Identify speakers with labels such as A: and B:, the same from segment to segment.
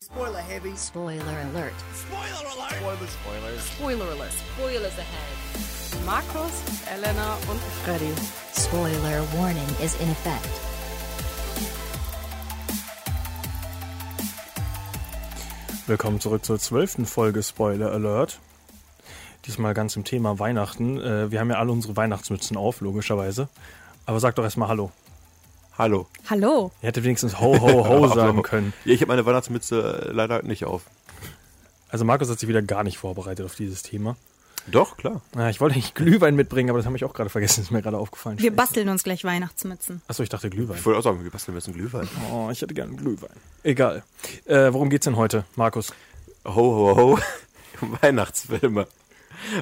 A: Spoiler heavy.
B: Spoiler alert.
A: Spoiler alert. Spoiler, spoilers.
C: Spoiler alert. Spoilers ahead. Markus, Elena und Freddy.
B: Spoiler warning is in effect.
D: Willkommen zurück zur zwölften Folge Spoiler Alert. Diesmal ganz im Thema Weihnachten. Äh, Wir haben ja alle unsere Weihnachtsmützen auf, logischerweise. Aber sag doch erstmal Hallo.
E: Hallo.
C: Hallo.
D: Ihr hättet wenigstens Ho, Ho, Ho sagen können.
E: Ja, ich habe meine Weihnachtsmütze äh, leider nicht auf.
D: Also Markus hat sich wieder gar nicht vorbereitet auf dieses Thema.
E: Doch, klar.
D: Ja, ich wollte eigentlich Glühwein mitbringen, aber das habe ich auch gerade vergessen. Das ist mir gerade aufgefallen.
F: Wir basteln uns gleich Weihnachtsmützen.
D: Achso, ich dachte Glühwein.
E: Ich wollte auch sagen, wir basteln jetzt einen Glühwein.
D: Oh, ich hätte gerne einen Glühwein. Egal. Äh, worum geht's denn heute, Markus?
E: Ho, ho, ho. Weihnachtsfilme.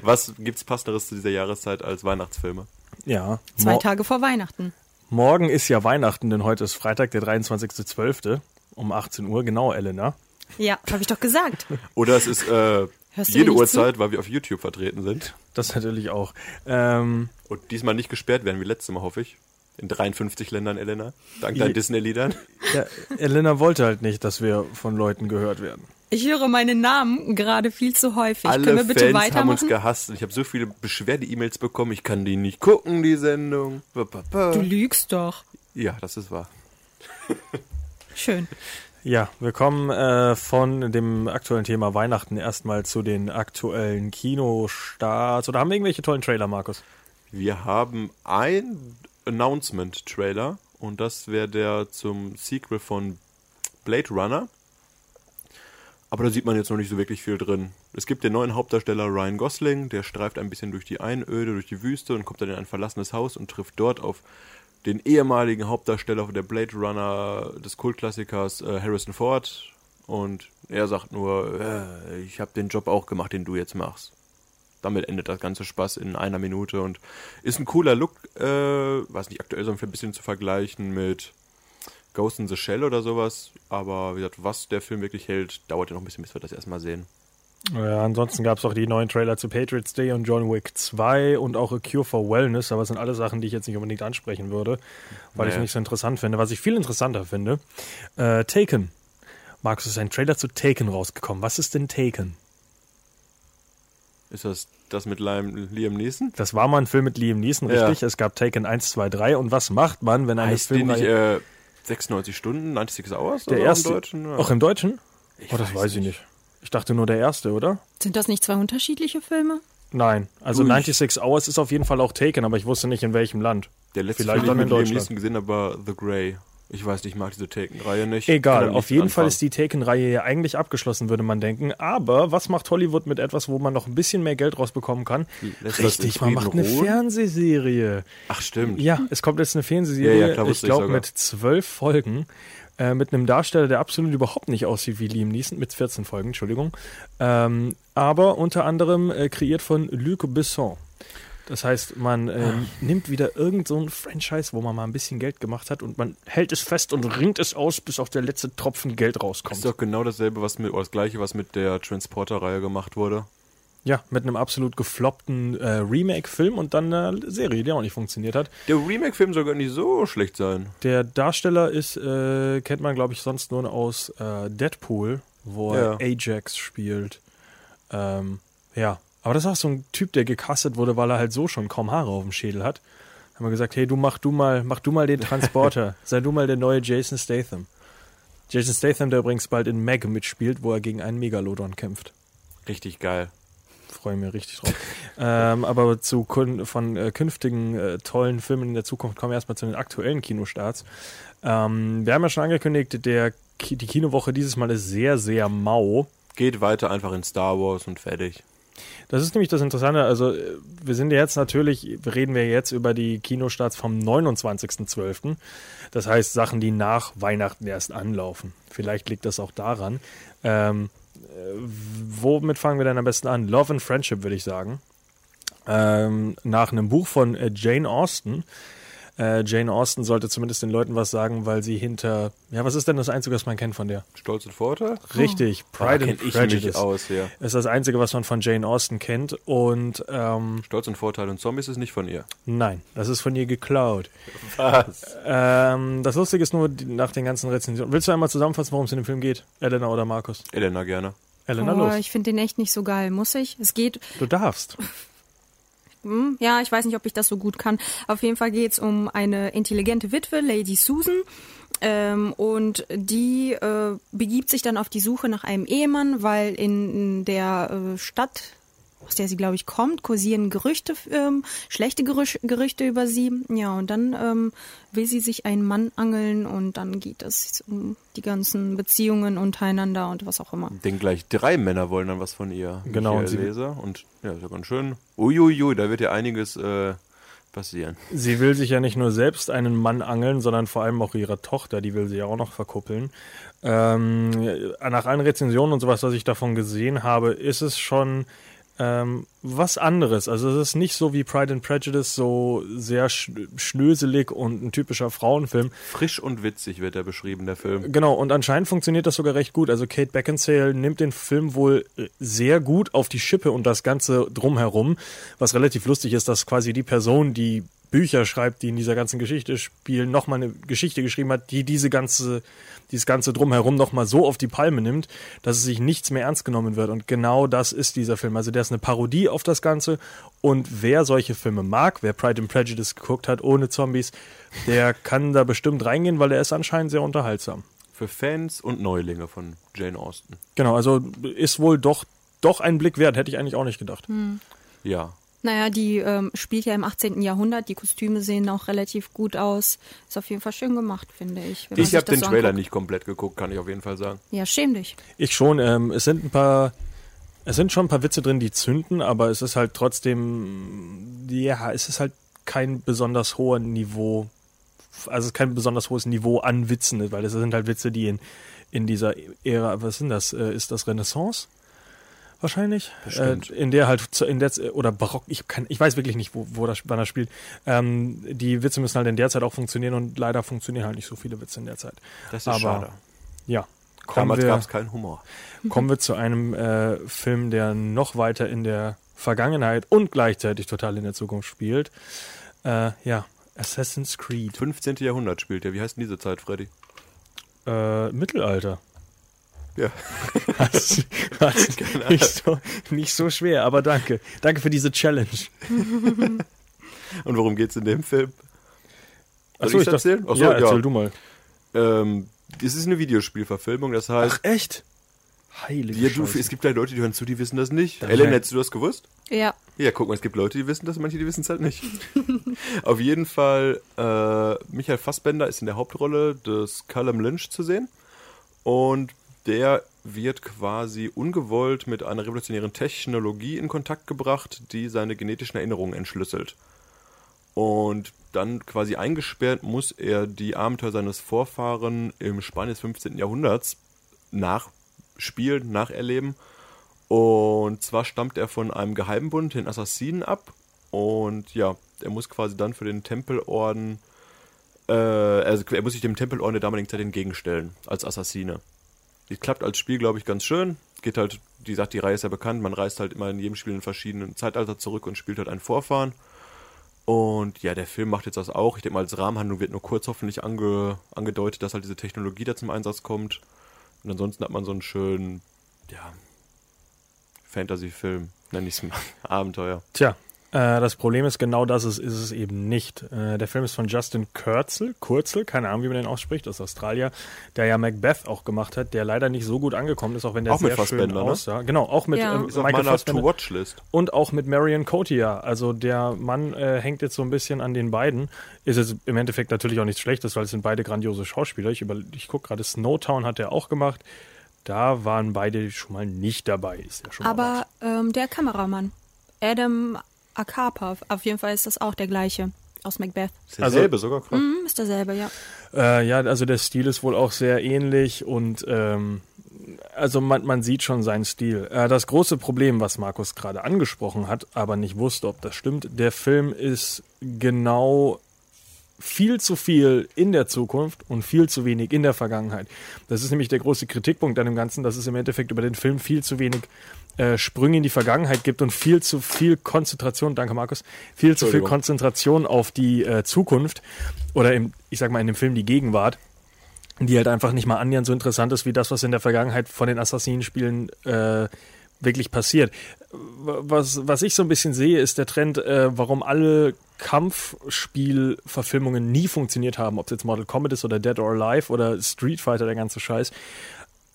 E: Was gibt's passenderes zu dieser Jahreszeit als Weihnachtsfilme?
D: Ja.
F: Zwei Tage vor Weihnachten.
D: Morgen ist ja Weihnachten, denn heute ist Freitag, der 23.12. um 18 Uhr. Genau, Elena.
F: Ja, habe ich doch gesagt.
E: Oder es ist äh,
F: Hörst du mir
E: jede
F: nicht
E: Uhrzeit, weil wir auf YouTube vertreten sind.
D: Das natürlich auch. Ähm,
E: Und diesmal nicht gesperrt werden wie letztes Mal, hoffe ich. In 53 Ländern, Elena. Dank
D: Je-
E: deinen Disney-Liedern.
D: ja, Elena wollte halt nicht, dass wir von Leuten gehört werden.
F: Ich höre meinen Namen gerade viel zu häufig. Können
E: Alle
F: wir bitte
E: Fans haben uns
F: weitermachen?
E: gehasst. Und ich habe so viele Beschwerde-E-Mails bekommen. Ich kann die nicht gucken, die Sendung. Ba, ba, ba.
F: Du lügst doch.
E: Ja, das ist wahr.
F: Schön.
D: Ja, wir kommen äh, von dem aktuellen Thema Weihnachten erstmal zu den aktuellen Kinostarts. Oder haben wir irgendwelche tollen Trailer, Markus?
E: Wir haben ein Announcement-Trailer und das wäre der zum Sequel von Blade Runner. Aber da sieht man jetzt noch nicht so wirklich viel drin. Es gibt den neuen Hauptdarsteller Ryan Gosling, der streift ein bisschen durch die Einöde, durch die Wüste und kommt dann in ein verlassenes Haus und trifft dort auf den ehemaligen Hauptdarsteller der Blade Runner des Kultklassikers äh, Harrison Ford. Und er sagt nur, äh, ich habe den Job auch gemacht, den du jetzt machst damit endet das ganze Spaß in einer Minute und ist ein cooler Look, äh, weiß nicht, aktuell so ein bisschen zu vergleichen mit Ghost in the Shell oder sowas, aber wie gesagt, was der Film wirklich hält, dauert ja noch ein bisschen, bis wir das erstmal sehen.
D: Ja, ansonsten gab es auch die neuen Trailer zu Patriots Day und John Wick 2 und auch A Cure for Wellness, aber es sind alle Sachen, die ich jetzt nicht unbedingt ansprechen würde, weil ich
E: Nee.
D: nicht so interessant finde. Was ich viel interessanter finde, äh, Taken. Markus, es ist ein Trailer zu Taken rausgekommen. Was ist denn Taken?
E: Ist das das mit Liam, Liam Neeson?
D: Das war mal ein Film mit Liam Neeson,
E: Ja.
D: richtig? Es gab Taken 1, 2, 3 und was macht man, wenn eine
E: Heißt die nicht
D: Filmreihe...
E: äh, 96 Stunden, 96 Hours?
D: der
E: oder
D: erste...
E: Im Deutschen? Ja.
D: Auch im Deutschen?
E: Ich
D: oh, das
E: weiß
D: weiß ich
E: nicht.
D: nicht. Ich dachte nur der erste, oder?
F: Sind das nicht zwei unterschiedliche Filme?
D: Nein. Also
E: Du, ich-
D: 96 Hours ist auf jeden Fall auch Taken, aber ich wusste nicht, in welchem Land.
E: der letzte
D: Vielleicht
E: Film, den
D: dann
E: ich
D: in
E: mit Liam
D: Deutschland.
E: Neeson gesehen habe, war The Grey. Ich weiß nicht, ich mag diese Taken-Reihe nicht. Kann
D: Egal,
E: damit
D: auf jeden
E: nichts
D: Fall
E: anfangen.
D: ist die Taken-Reihe ja eigentlich abgeschlossen, würde man denken. Aber was macht Hollywood mit etwas, wo man noch ein bisschen mehr Geld rausbekommen kann?
E: Lässt das in
D: Richtig, man
E: Frieden
D: macht eine
E: ruhen?
D: Fernsehserie.
E: Ach, stimmt.
D: Ja, es kommt jetzt eine Fernsehserie,
E: Ja, ja, klar,
D: ich
E: wusste ich
D: glaube
E: sogar.
D: mit zwölf Folgen, äh, mit einem Darsteller, der absolut überhaupt nicht aussieht wie Liam Neeson, mit 14 Folgen, Entschuldigung. Ähm, aber unter anderem äh, kreiert von Luc Besson. Das heißt, man
E: Ah.
D: äh, nimmt wieder irgend so ein Franchise, wo man mal ein bisschen Geld gemacht hat und man hält es fest und ringt es aus, bis auch der letzte Tropfen Geld rauskommt.
E: Ist doch genau dasselbe, was mit, oder das gleiche, was mit der Transporter-Reihe gemacht wurde.
D: Ja, mit einem absolut gefloppten äh, Remake-Film und dann einer Serie, die auch nicht funktioniert hat.
E: Der Remake-Film soll gar nicht so schlecht sein.
D: Der Darsteller ist, äh, kennt man, glaube ich, sonst nur aus äh, Deadpool, wo er Ajax spielt. Ähm, ja, aber das ist auch so ein Typ, der gecastet wurde, weil er halt so schon kaum Haare auf dem Schädel hat. Haben wir gesagt, hey, du mach du mal, mach du mal den Transporter, sei du mal der neue Jason Statham. Jason Statham, der übrigens bald in Meg mitspielt, wo er gegen einen Megalodon kämpft.
E: Richtig geil.
D: Freue mich richtig drauf. ähm, aber zu kun von äh, künftigen äh, tollen Filmen in der Zukunft kommen wir erstmal zu den aktuellen Kinostarts. Ähm, wir haben ja schon angekündigt, der Ki die Kinowoche dieses Mal ist sehr, sehr mau.
E: Geht weiter einfach in Star Wars und fertig.
D: Das ist nämlich das Interessante. Also, äh, wir sind ja jetzt natürlich, reden wir jetzt über die Kinostarts vom 29.12. Das heißt, Sachen, die nach Weihnachten erst anlaufen. Vielleicht liegt das auch daran. Ähm, äh, womit fangen wir denn am besten an? Love and Friendship, würde ich sagen. Ähm, nach einem Buch von äh, Jane Austen. Äh, Äh, Jane Austen sollte zumindest den Leuten was sagen, weil sie hinter. Ja, was ist denn das Einzige, was man kennt von der?
E: Stolz und Vorteil?
D: Richtig, Ah, Pride
E: Oh. kenn
D: and
E: ich
D: Prejudice.
E: mich aus, ja.
D: Ist das Einzige, was man von Jane Austen kennt. Und ähm,
E: Stolz und Vorteil und Zombies ist nicht von ihr.
D: nein, das ist von ihr geklaut.
E: Was?
D: Ähm, das Lustige ist nur, die, nach den ganzen Rezensionen. Willst du einmal zusammenfassen, worum es in dem Film geht? Elena oder Markus?
E: Elena gerne.
D: Elena,
F: Oh,
D: los.
F: ich finde den echt nicht so geil, muss ich? Es geht,
D: Du darfst.
F: hm, ja, ich weiß nicht, ob ich das so gut kann. Auf jeden Fall geht es um eine intelligente Witwe, Lady Susan. Ähm, und die äh, begibt sich dann auf die Suche nach einem Ehemann, weil in der äh, Stadt, aus der sie, glaube ich, kommt, kursieren Gerüchte, ähm, schlechte Gerüch Gerüchte über sie. Ja, und dann ähm, will sie sich einen Mann angeln und dann geht es um die ganzen Beziehungen untereinander und was auch immer.
E: Denn gleich drei Männer wollen dann was von ihr.
D: Genau,
E: Und
D: und sie-
E: Leser. Und ja, ist ja ganz schön. Uiuiui, da wird ja einiges äh, passieren.
D: Sie will sich ja nicht nur selbst einen Mann angeln, sondern vor allem auch ihre Tochter, die will sie ja auch noch verkuppeln. Ähm, nach allen Rezensionen und sowas, was ich davon gesehen habe, ist es schon ähm, was anderes. Also es ist nicht so wie Pride and Prejudice, so sehr sch schnöselig und ein typischer Frauenfilm.
E: Frisch und witzig wird er beschrieben, der Film.
D: Genau, und anscheinend funktioniert das sogar recht gut. Also Kate Beckinsale nimmt den Film wohl äh, sehr gut auf die Schippe und das Ganze drumherum, was relativ lustig ist, dass quasi die Person, die Bücher schreibt, die in dieser ganzen Geschichte spielen, nochmal eine Geschichte geschrieben hat, die diese ganze, dieses ganze drumherum nochmal so auf die Palme nimmt, dass es sich nichts mehr ernst genommen wird. Und genau das ist dieser Film. Also der ist eine Parodie auf das Ganze. Und wer solche Filme mag, wer Pride and Prejudice geguckt hat ohne Zombies, der kann da bestimmt reingehen, weil der ist anscheinend sehr unterhaltsam.
E: Für Fans und Neulinge von Jane Austen.
D: Genau, also ist wohl doch, doch ein Blick wert, hätte ich eigentlich auch nicht gedacht.
E: Ja.
F: Naja, die ähm, spielt ja im 18. Jahrhundert. Die Kostüme sehen auch relativ gut aus. Ist auf jeden Fall schön gemacht, finde ich. wenn man
E: Ich
F: sich
E: habe
F: das
E: den
F: so
E: Trailer
F: anguckt.
E: nicht komplett geguckt, kann ich auf jeden Fall sagen.
F: Ja, schäm dich.
D: Ich schon, ähm, es sind ein paar, es sind schon ein paar Witze drin, die zünden, aber es ist halt trotzdem, ja, es ist halt kein besonders hoher Niveau, also es ist kein besonders hohes Niveau an Witzen, weil es sind halt Witze, die in, in dieser Ära, was sind das, äh, ist das Renaissance? Wahrscheinlich. Äh,
E: Bestimmt.
D: in der halt, zu- in der, oder Barock, ich kann, ich weiß wirklich nicht, wo, wo das, wann das spielt. Ähm, die Witze müssen halt in der Zeit auch funktionieren und leider funktionieren halt nicht so viele Witze in der Zeit.
E: Das ist
D: Aber
E: schade.
D: Ja. Kommen
E: Damals
D: wir-
E: gab es keinen Humor.
D: kommen wir zu einem äh, Film, der noch weiter in der Vergangenheit und gleichzeitig total in der Zukunft spielt. Äh, ja, Assassin's Creed.
E: 15. Jahrhundert spielt er. Wie heißt denn diese Zeit, Freddy?
D: Äh, Mittelalter.
E: Ja.
D: Also, also
E: Genau.
D: nicht, so, nicht so schwer, aber danke. Danke für diese Challenge.
E: Und worum geht's in dem Film?
D: Achso,
E: ich's
D: dachte-
E: erzählen? Achso,
D: ja,
E: ja.
D: erzähl du mal.
E: Ähm, es ist eine Videospielverfilmung, das heißt,
D: echt? Heilige
E: Also ja, du,
D: Scheiße.
E: es gibt ja Leute, die hören zu, die wissen das nicht.
D: Dann-
E: Ellen, hättest du das gewusst?
F: Ja.
E: Ja, guck mal, es gibt Leute, die wissen das, manche, die wissen es halt nicht. Auf jeden Fall, äh, Michael Fassbender ist in der Hauptrolle des Callum Lynch zu sehen. Und der wird quasi ungewollt mit einer revolutionären Technologie in Kontakt gebracht, die seine genetischen Erinnerungen entschlüsselt. Und dann quasi eingesperrt muss er die Abenteuer seines Vorfahren im Spanien des 15. Jahrhunderts nachspielen, nacherleben. Und zwar stammt er von einem Geheimbund, den Assassinen, ab. Und ja, er muss quasi dann für den Tempelorden, äh, also er muss sich dem Tempelorden der damaligen Zeit entgegenstellen, als Assassine. Die klappt als Spiel, glaube ich, ganz schön. Geht halt, die sagt, die Reihe ist ja bekannt, man reist halt immer in jedem Spiel in verschiedenen Zeitalter zurück und spielt halt einen Vorfahren. Und ja, der Film macht jetzt das auch. Ich denke mal, als Rahmenhandlung wird nur kurz hoffentlich ange, angedeutet, dass halt diese Technologie da zum Einsatz kommt. Und ansonsten hat man so einen schönen, ja, Fantasy-Film, nenne ich es mal. Abenteuer.
D: Tja, äh, das Problem ist, genau das ist, ist es eben nicht. Äh, der Film ist von Justin Kurzel, Kurzel, keine Ahnung, wie man den ausspricht, aus Australien, der ja Macbeth auch gemacht hat, der leider nicht so gut angekommen ist, auch wenn der
E: Auch mit
D: sehr schön
E: Fassbender, ne?
D: aussah. Genau, auch mit
F: Ja.
D: ähm,
E: Ist auf
D: Michael
E: meiner
D: Fassbender
E: To-Watch-List.
D: und auch mit Marion Cotillard. Also der Mann äh, hängt jetzt so ein bisschen an den beiden. Ist jetzt im Endeffekt natürlich auch nichts Schlechtes, weil es sind beide grandiose Schauspieler. Ich, über- ich gucke gerade, Snowtown hat er auch gemacht. Da waren beide schon mal nicht dabei. Ist ja schon mal was.
F: Aber ähm, der Kameramann, Adam Akapa, auf jeden Fall ist das auch der gleiche aus Macbeth.
E: Ist
D: Also-
E: derselbe sogar krass.
F: Hm, ist derselbe, ja.
D: Äh, ja, also der Stil ist wohl auch sehr ähnlich und ähm, also man, man sieht schon seinen Stil. Äh, das große Problem, was Markus gerade angesprochen hat, aber nicht wusste, ob das stimmt, der Film ist genau viel zu viel in der Zukunft und viel zu wenig in der Vergangenheit. Das ist nämlich der große Kritikpunkt an dem Ganzen, dass es im Endeffekt über den Film viel zu wenig äh, Sprünge in die Vergangenheit gibt und viel zu viel Konzentration, danke Markus, viel zu viel
E: Entschuldigung.
D: Konzentration auf die äh, Zukunft oder im, ich sag mal in dem Film die Gegenwart, die halt einfach nicht mal annähernd so interessant ist wie das, was in der Vergangenheit von den Assassinenspielen äh, wirklich passiert. Was, was ich so ein bisschen sehe, ist der Trend, äh, warum alle Kampfspielverfilmungen nie funktioniert haben, ob es jetzt Mortal Kombat ist oder Dead or Alive oder Street Fighter, der ganze Scheiß.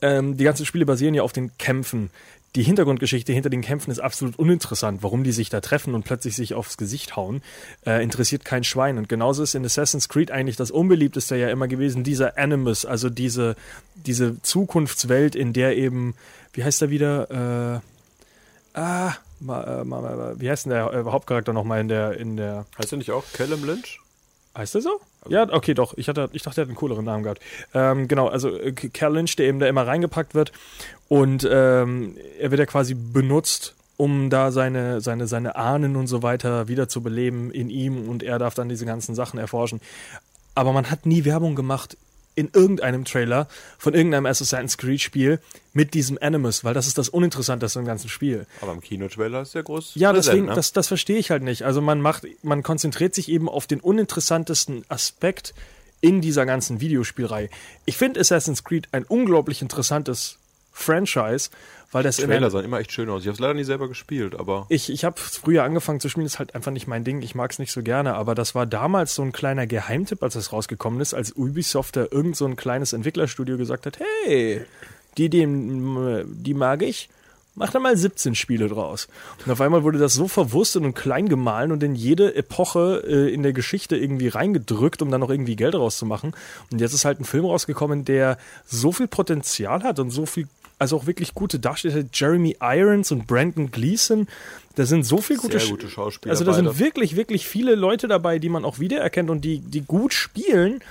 D: Ähm, die ganzen Spiele basieren ja auf den Kämpfen. Die Hintergrundgeschichte hinter den Kämpfen ist absolut uninteressant. Warum die sich da treffen und plötzlich sich aufs Gesicht hauen, äh, interessiert kein Schwein. Und genauso ist in Assassin's Creed eigentlich das unbeliebteste ja immer gewesen, dieser Animus, also diese, diese Zukunftswelt, in der eben, wie heißt er wieder? Äh, ah, ma, äh, ma, ma, wie heißt denn der äh, Hauptcharakter nochmal in der, in der
E: Heißt du nicht auch Callum Lynch?
D: Heißt er so? Ja, okay, doch. Ich, hatte, ich dachte, er hat einen cooleren Namen gehabt. Ähm, genau, also äh, Kerl Lynch, der eben da immer reingepackt wird. Und ähm, er wird ja quasi benutzt, um da seine, seine, seine Ahnen und so weiter wieder zu beleben in ihm. Und er darf dann diese ganzen Sachen erforschen. Aber man hat nie Werbung gemacht in irgendeinem Trailer von irgendeinem Assassin's Creed-Spiel mit diesem Animus, weil das ist das Uninteressanteste im ganzen Spiel.
E: Aber im Kinotrailer ist der groß.
D: Ja,
E: präsent,
D: deswegen,
E: ne?
D: das, das verstehe ich halt nicht. Also man macht, man konzentriert sich eben auf den uninteressantesten Aspekt in dieser ganzen Videospielreihe. Ich finde Assassin's Creed ein unglaublich interessantes Franchise, weil das in
E: Trailer
D: einer,
E: sahen immer echt schön aus. Ich habe es leider nie selber gespielt, aber
D: ich, ich habe früher angefangen zu spielen, ist halt einfach nicht mein Ding, ich mag es nicht so gerne, aber das war damals so ein kleiner Geheimtipp, als das rausgekommen ist, als Ubisoft da irgend so ein kleines Entwicklerstudio gesagt hat, hey, die, die, die mag ich, mach da mal 17 Spiele draus. Und auf einmal wurde das so verwurstet und klein gemahlen und in jede Epoche äh, in der Geschichte irgendwie reingedrückt, um dann noch irgendwie Geld rauszumachen. Und jetzt ist halt ein Film rausgekommen, der so viel Potenzial hat und so viel also auch wirklich gute Darsteller, Jeremy Irons und Brandon Gleason. Da sind so viele gute,
E: Sehr
D: Sch-
E: gute Schauspieler
D: Also da sind
E: beide.
D: wirklich, wirklich viele Leute dabei, die man auch wiedererkennt und die, die gut spielen.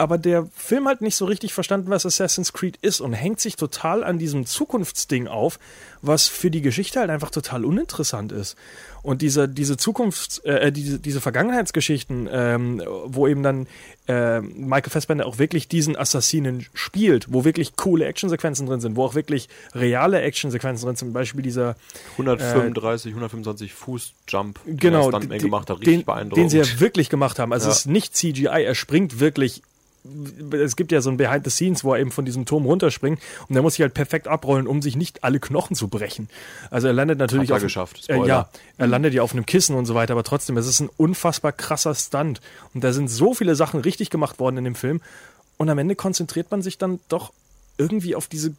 D: Aber der Film hat nicht so richtig verstanden, was Assassin's Creed ist und hängt sich total an diesem Zukunftsding auf, was für die Geschichte halt einfach total uninteressant ist. Und diese, diese Zukunfts-, äh, diese, diese Vergangenheitsgeschichten, ähm, wo eben dann äh, Michael Fassbender auch wirklich diesen Assassinen spielt, wo wirklich coole Actionsequenzen drin sind, wo auch wirklich reale Actionsequenzen drin sind, zum Beispiel dieser
E: 135, 125 Fuß Jump, den der
D: Äh, genau,
E: Stuntman
D: die-
E: gemacht hat, richtig
D: den,
E: beeindruckend.
D: den sie ja wirklich gemacht haben. Also
E: Ja.
D: es ist nicht CGI, er springt wirklich. Es gibt ja so ein Behind the Scenes, wo er eben von diesem Turm runterspringt und der muss sich halt perfekt abrollen, um sich nicht alle Knochen zu brechen. Also er landet natürlich
E: Hat er
D: auf
E: geschafft,
D: Äh, ja,
E: Spoiler. Mhm.
D: er landet ja auf einem Kissen und so weiter, aber trotzdem, es ist ein unfassbar krasser Stunt und da sind so viele Sachen richtig gemacht worden in dem Film und am Ende konzentriert man sich dann doch irgendwie auf diese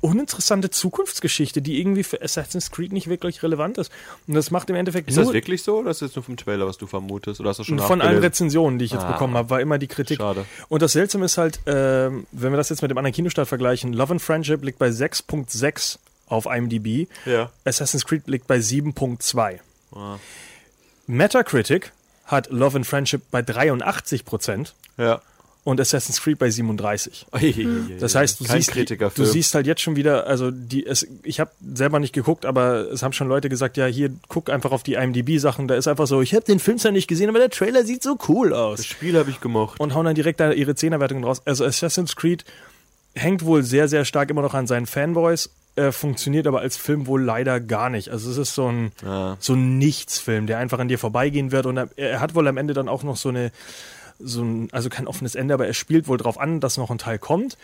D: uninteressante Zukunftsgeschichte, die irgendwie für Assassin's Creed nicht wirklich relevant ist. Und das macht im Endeffekt
E: ist
D: nur
E: das wirklich so oder ist das jetzt nur vom Trailer, was du vermutest? Oder hast du schon
D: von allen
E: nachgelesen?
D: Rezensionen, die ich jetzt bekommen habe, war immer die Kritik.
E: Schade.
D: Und das Seltsame ist halt, ähm, wenn wir das jetzt mit dem anderen Kinostart vergleichen, Love and Friendship liegt bei 6.6 auf IMDb,
E: Ja. Ah.
D: Assassin's Creed liegt bei 7.2. Metacritic hat Love and Friendship bei 83%
E: Ja.
D: und Assassin's Creed bei 37. Das heißt, du
E: Kein
D: siehst, du
E: Kritikerfilm.
D: siehst halt jetzt schon wieder, also die, es, ich habe selber nicht geguckt, aber es haben schon Leute gesagt, ja, hier guck einfach auf die IMDb-Sachen, da ist einfach so, ich habe den Film zwar nicht gesehen, aber der Trailer sieht so cool
E: das
D: aus.
E: Spiel habe ich gemocht.
D: Und hauen dann direkt da ihre Zehnerwertungen raus. Also Assassin's Creed hängt wohl sehr, sehr stark immer noch an seinen Fanboys, äh, funktioniert aber als Film wohl leider gar nicht. Also es ist so ein,
E: Ja.
D: so ein Nichtsfilm, der einfach an dir vorbeigehen wird und er, er hat wohl am Ende dann auch noch so eine, so ein, also kein offenes Ende, aber er spielt wohl drauf an, dass noch ein Teil kommt.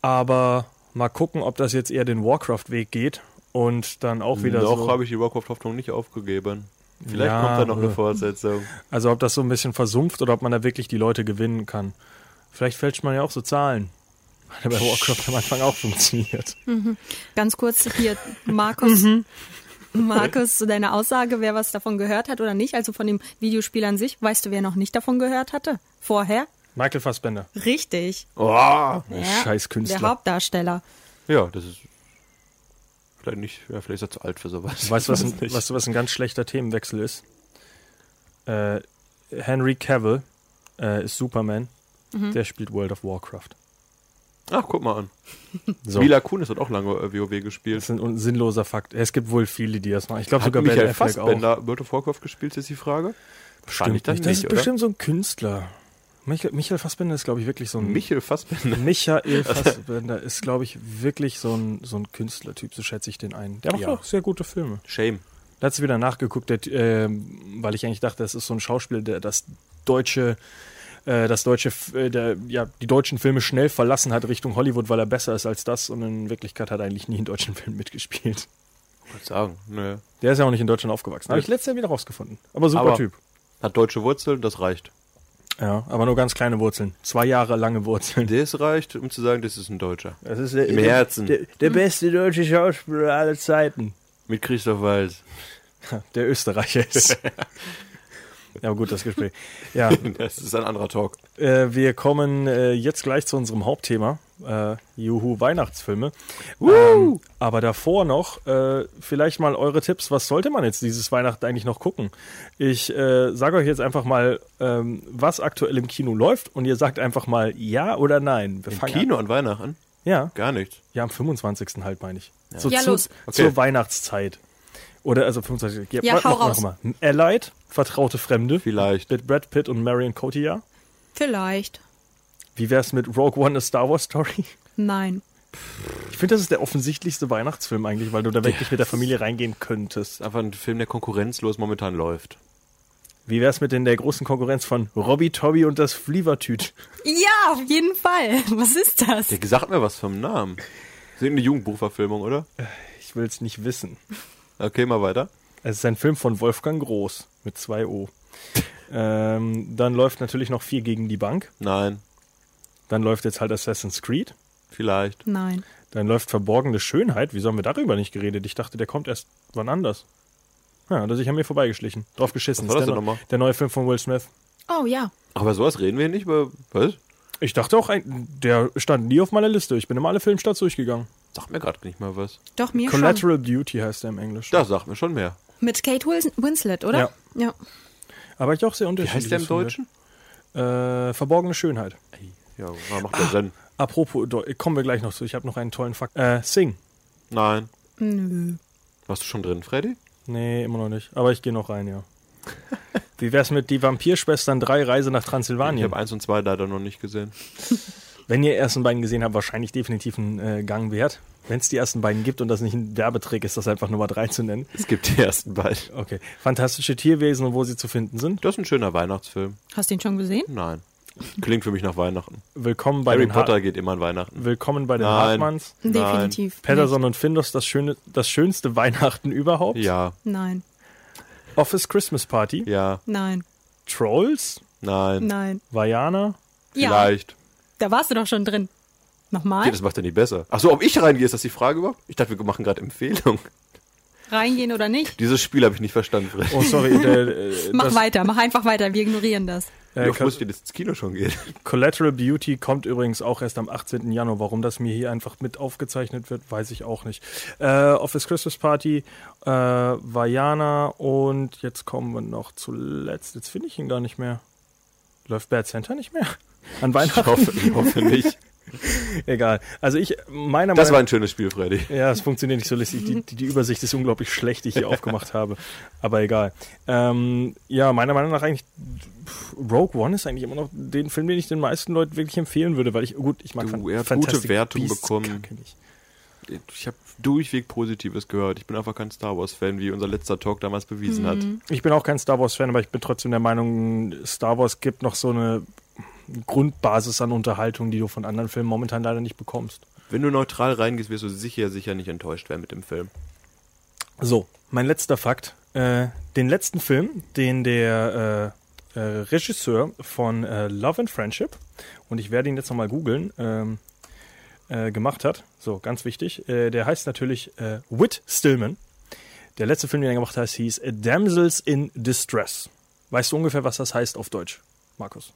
D: Aber mal gucken, ob das jetzt eher den Warcraft-Weg geht und dann auch wieder
E: Noch
D: so.
E: habe ich die Warcraft-Hoffnung nicht aufgegeben. Vielleicht
D: Ja,
E: kommt da noch eine
D: aber-
E: Fortsetzung.
D: Also ob das so ein bisschen versumpft oder ob man da wirklich die Leute gewinnen kann. Vielleicht fälscht man ja auch so Zahlen. Hat ja bei Warcraft am Anfang auch funktioniert.
F: Ganz kurz hier, Markus.
E: Mhm.
F: Markus, zu deiner Aussage, wer was davon gehört hat oder nicht, also von dem Videospiel an sich, weißt du, wer noch nicht davon gehört hatte? Vorher?
D: Michael Fassbender.
F: Richtig.
E: Oh.
D: scheiß Künstler.
F: Der Hauptdarsteller.
E: Ja, das ist vielleicht nicht, ja, vielleicht ist er zu alt für sowas.
D: Weißt du, was,
E: Weiß
D: ein-
E: nicht.
D: weißt du, was ein ganz schlechter Themenwechsel ist? Äh, Henry Cavill äh, ist Superman. Der spielt World of Warcraft.
E: Ach, guck mal an.
D: So.
E: Mila Kunis hat auch lange äh, WoW gespielt.
D: Das ist ein un- sinnloser Fakt. Es gibt wohl viele, die das machen. Ich glaube
E: Hat
D: sogar Ben
E: Michael
D: Affleck auch.
E: Fassbender World of Warcraft gespielt, ist die Frage? Fand ich dann
D: Das
E: nicht,
D: ist
E: oder?
D: bestimmt so ein Künstler. Michael, Michael Fassbender ist, glaube ich, wirklich so ein.
E: Michel Fassbender.
D: Michael Fassbender ist, glaube ich, wirklich so ein, so ein Künstlertyp, so schätze ich den ein. Der macht
E: Ja.
D: auch sehr gute Filme.
E: Shame.
D: Letztes wieder nachgeguckt, der, ähm, weil ich eigentlich dachte, das ist so ein Schauspieler, der das deutsche, äh, das deutsche, F- äh, der, ja, die deutschen Filme schnell verlassen hat Richtung Hollywood, weil er besser ist als das und in Wirklichkeit hat er eigentlich nie in deutschen Filmen mitgespielt.
E: Wollte sagen. Nö.
D: Der ist ja auch nicht in Deutschland aufgewachsen. Habe ich letztes Jahr wieder rausgefunden. Aber super
E: Aber-
D: Typ.
E: Hat deutsche Wurzeln, das reicht.
D: Ja, aber nur ganz kleine Wurzeln. Zwei Jahre lange Wurzeln.
E: Das reicht, um zu sagen, das ist ein Deutscher.
D: Das ist der,
E: Im der- Herzen. der-
D: beste deutsche Schauspieler aller Zeiten.
E: Mit Christoph Walz.
D: Der Österreicher ist. ja, aber gut, das Gespräch. Ja,
E: Das ist ein anderer Talk.
D: äh, wir kommen äh, jetzt gleich zu unserem Hauptthema. Äh, Juhu, Weihnachtsfilme. Ähm, aber davor noch äh, vielleicht mal eure Tipps. Was sollte man jetzt dieses Weihnachten eigentlich noch gucken? Ich äh, sage euch jetzt einfach mal, ähm, was aktuell im Kino läuft und ihr sagt einfach mal ja oder nein. Wir
E: Im
D: fangen
E: Kino
D: An.
E: an Weihnachten?
D: Ja.
E: Gar nichts.
D: Ja, am 25. halt, meine ich. So
F: Ja,
D: zu,
F: los.
D: Zur
E: Okay.
D: Weihnachtszeit. Oder also 25.
F: Ja,
D: mach-
F: hau
D: mach mal,
F: raus.
D: mach mal. Allied, vertraute Fremde.
E: Vielleicht.
D: Mit Brad Pitt und Marion Cotillard.
F: Vielleicht.
D: Wie wär's mit Rogue One, A Star Wars Story?
F: Nein.
D: Ich finde, das ist der offensichtlichste Weihnachtsfilm eigentlich, weil du da wirklich mit der Familie reingehen könntest.
E: Einfach ein Film, der konkurrenzlos momentan läuft.
D: Wie wär's mit denn der großen Konkurrenz von Robbie Tobby und das Flievertüt?
F: Ja, auf jeden Fall. Was ist das?
E: Der sagt mir was vom Namen. Das ist irgendeine Jugendbuchverfilmung, oder?
D: Ich will's nicht wissen.
E: Okay, mal weiter.
D: Es ist ein Film von Wolfgang Groß mit 2 O. ähm, dann läuft natürlich noch 4 gegen die Bank.
E: Nein.
D: Dann läuft jetzt halt Assassin's Creed.
E: Vielleicht.
F: Nein.
D: Dann läuft verborgene Schönheit. Wieso haben wir darüber nicht geredet? Ich dachte, der kommt erst wann anders. Ja, das ist an mir vorbeigeschlichen. Drauf geschissen.
E: Was war
D: Ist der,
E: das denn
D: neu-
E: nochmal?
D: der neue Film von Will Smith.
F: Oh ja.
E: Aber sowas reden wir nicht über. Was?
D: Ich dachte auch, ein- der stand nie auf meiner Liste. Ich bin immer alle Filmstarts durchgegangen.
E: Sagt mir gerade nicht mal was.
F: Doch mir schon.
D: Collateral Beauty heißt er im Englischen.
E: Das sagt mir schon mehr.
F: Mit Kate Wils- Winslet, oder? Ja. ja.
D: Aber ich auch sehr
E: Wie
D: unterschiedlich.
E: heißt der im Deutschen?
D: Äh, verborgene Schönheit.
E: Ja, macht
D: Ah.
E: ja Sinn.
D: Apropos, Deu- kommen wir gleich noch zu. Ich habe noch einen tollen Fakt. Äh, Sing.
E: Nein.
F: Nö.
E: Warst du schon drin, Freddy?
D: Nee, immer noch nicht. Aber ich gehe noch rein, ja. Wie wär's mit Die Vampirschwestern 3 Reise nach
E: Ich
D: Transsilvanien?
E: habe eins und zwei leider noch nicht gesehen.
D: Wenn ihr die ersten beiden gesehen habt, wahrscheinlich definitiv einen äh, Gang wert. Wenn es die ersten beiden gibt und das nicht ein Werbetrick ist, das einfach Nummer 3 zu nennen.
E: Es gibt die ersten beiden.
D: Okay. Fantastische Tierwesen und wo sie zu finden sind.
E: Das ist ein schöner Weihnachtsfilm.
F: Hast du ihn schon gesehen?
E: Nein. Klingt für mich nach Weihnachten.
D: Willkommen bei
E: Harry
D: den
E: Potter
D: Ha
E: geht immer an Weihnachten.
D: Willkommen bei den
E: Nein.
D: Hartmanns.
F: Definitiv.
D: Patterson und Findus, das, schöne, das schönste Weihnachten überhaupt.
E: Ja,
F: Nein.
D: Office Christmas Party.
E: ja,
F: Nein.
D: Trolls.
E: nein,
F: Nein.
D: Vajana.
E: vielleicht.
F: Da warst du doch schon drin.
E: Okay,
F: Nochmal?
E: das macht ja nicht besser. Achso, ob ich reingehe, ist das die Frage überhaupt? Ich dachte, wir machen gerade Empfehlung.
F: Reingehen oder nicht?
E: Dieses Spiel habe ich nicht verstanden, Freddy.
D: Oh, sorry. der, äh,
F: Mach
D: das,
F: weiter, mach einfach weiter, wir ignorieren das.
E: Wie
D: äh,
E: oft muss ich denn jetzt ins Kino schon gehen?
D: Collateral Beauty kommt übrigens auch erst am 18. Januar. Warum das mir hier einfach mit aufgezeichnet wird, weiß ich auch nicht. Äh, Office Christmas Party, äh, Vajana und jetzt kommen wir noch zuletzt. Jetzt finde ich ihn gar nicht mehr. Läuft Bad Center nicht mehr? An
E: Ich
D: Weihnachten?
E: hoffe, ich hoffe nicht.
D: Egal. Also ich, meiner
E: Das war
D: Meinung
E: ein schönes Spiel, Freddy.
D: Ja, es funktioniert nicht so lässig. Die, die, die Übersicht ist unglaublich schlecht, die ich hier aufgemacht habe. Aber egal. Ähm, ja, meiner Meinung nach eigentlich pff, Rogue One ist eigentlich immer noch den Film, den ich den meisten Leuten wirklich empfehlen würde, weil ich gut, ich mag
E: Du,
D: Fan-
E: er hat
D: Fantastic
E: gute Wertungen
D: Beasts
E: bekommen.
D: Kacke nicht.
E: Ich habe durchweg Positives gehört. Ich bin einfach kein Star Wars-Fan, wie unser letzter Talk damals bewiesen hat.
D: Ich bin auch kein Star Wars Fan, aber ich bin trotzdem der Meinung, Star Wars gibt noch so eine Grundbasis an Unterhaltung, die du von anderen Filmen momentan leider nicht bekommst.
E: Wenn du neutral reingehst, wirst du sicher, sicher nicht enttäuscht werden mit dem Film.
D: So, mein letzter Fakt. Äh, den letzten Film, den der äh, äh, Regisseur von äh, Love and Friendship, und ich werde ihn jetzt nochmal googeln, ähm, äh, gemacht hat, so ganz wichtig, äh, der heißt natürlich äh, Whit Stillman. Der letzte Film, den er gemacht hat, hieß äh, Damsels in Distress. Weißt du ungefähr, was das heißt auf Deutsch, Markus?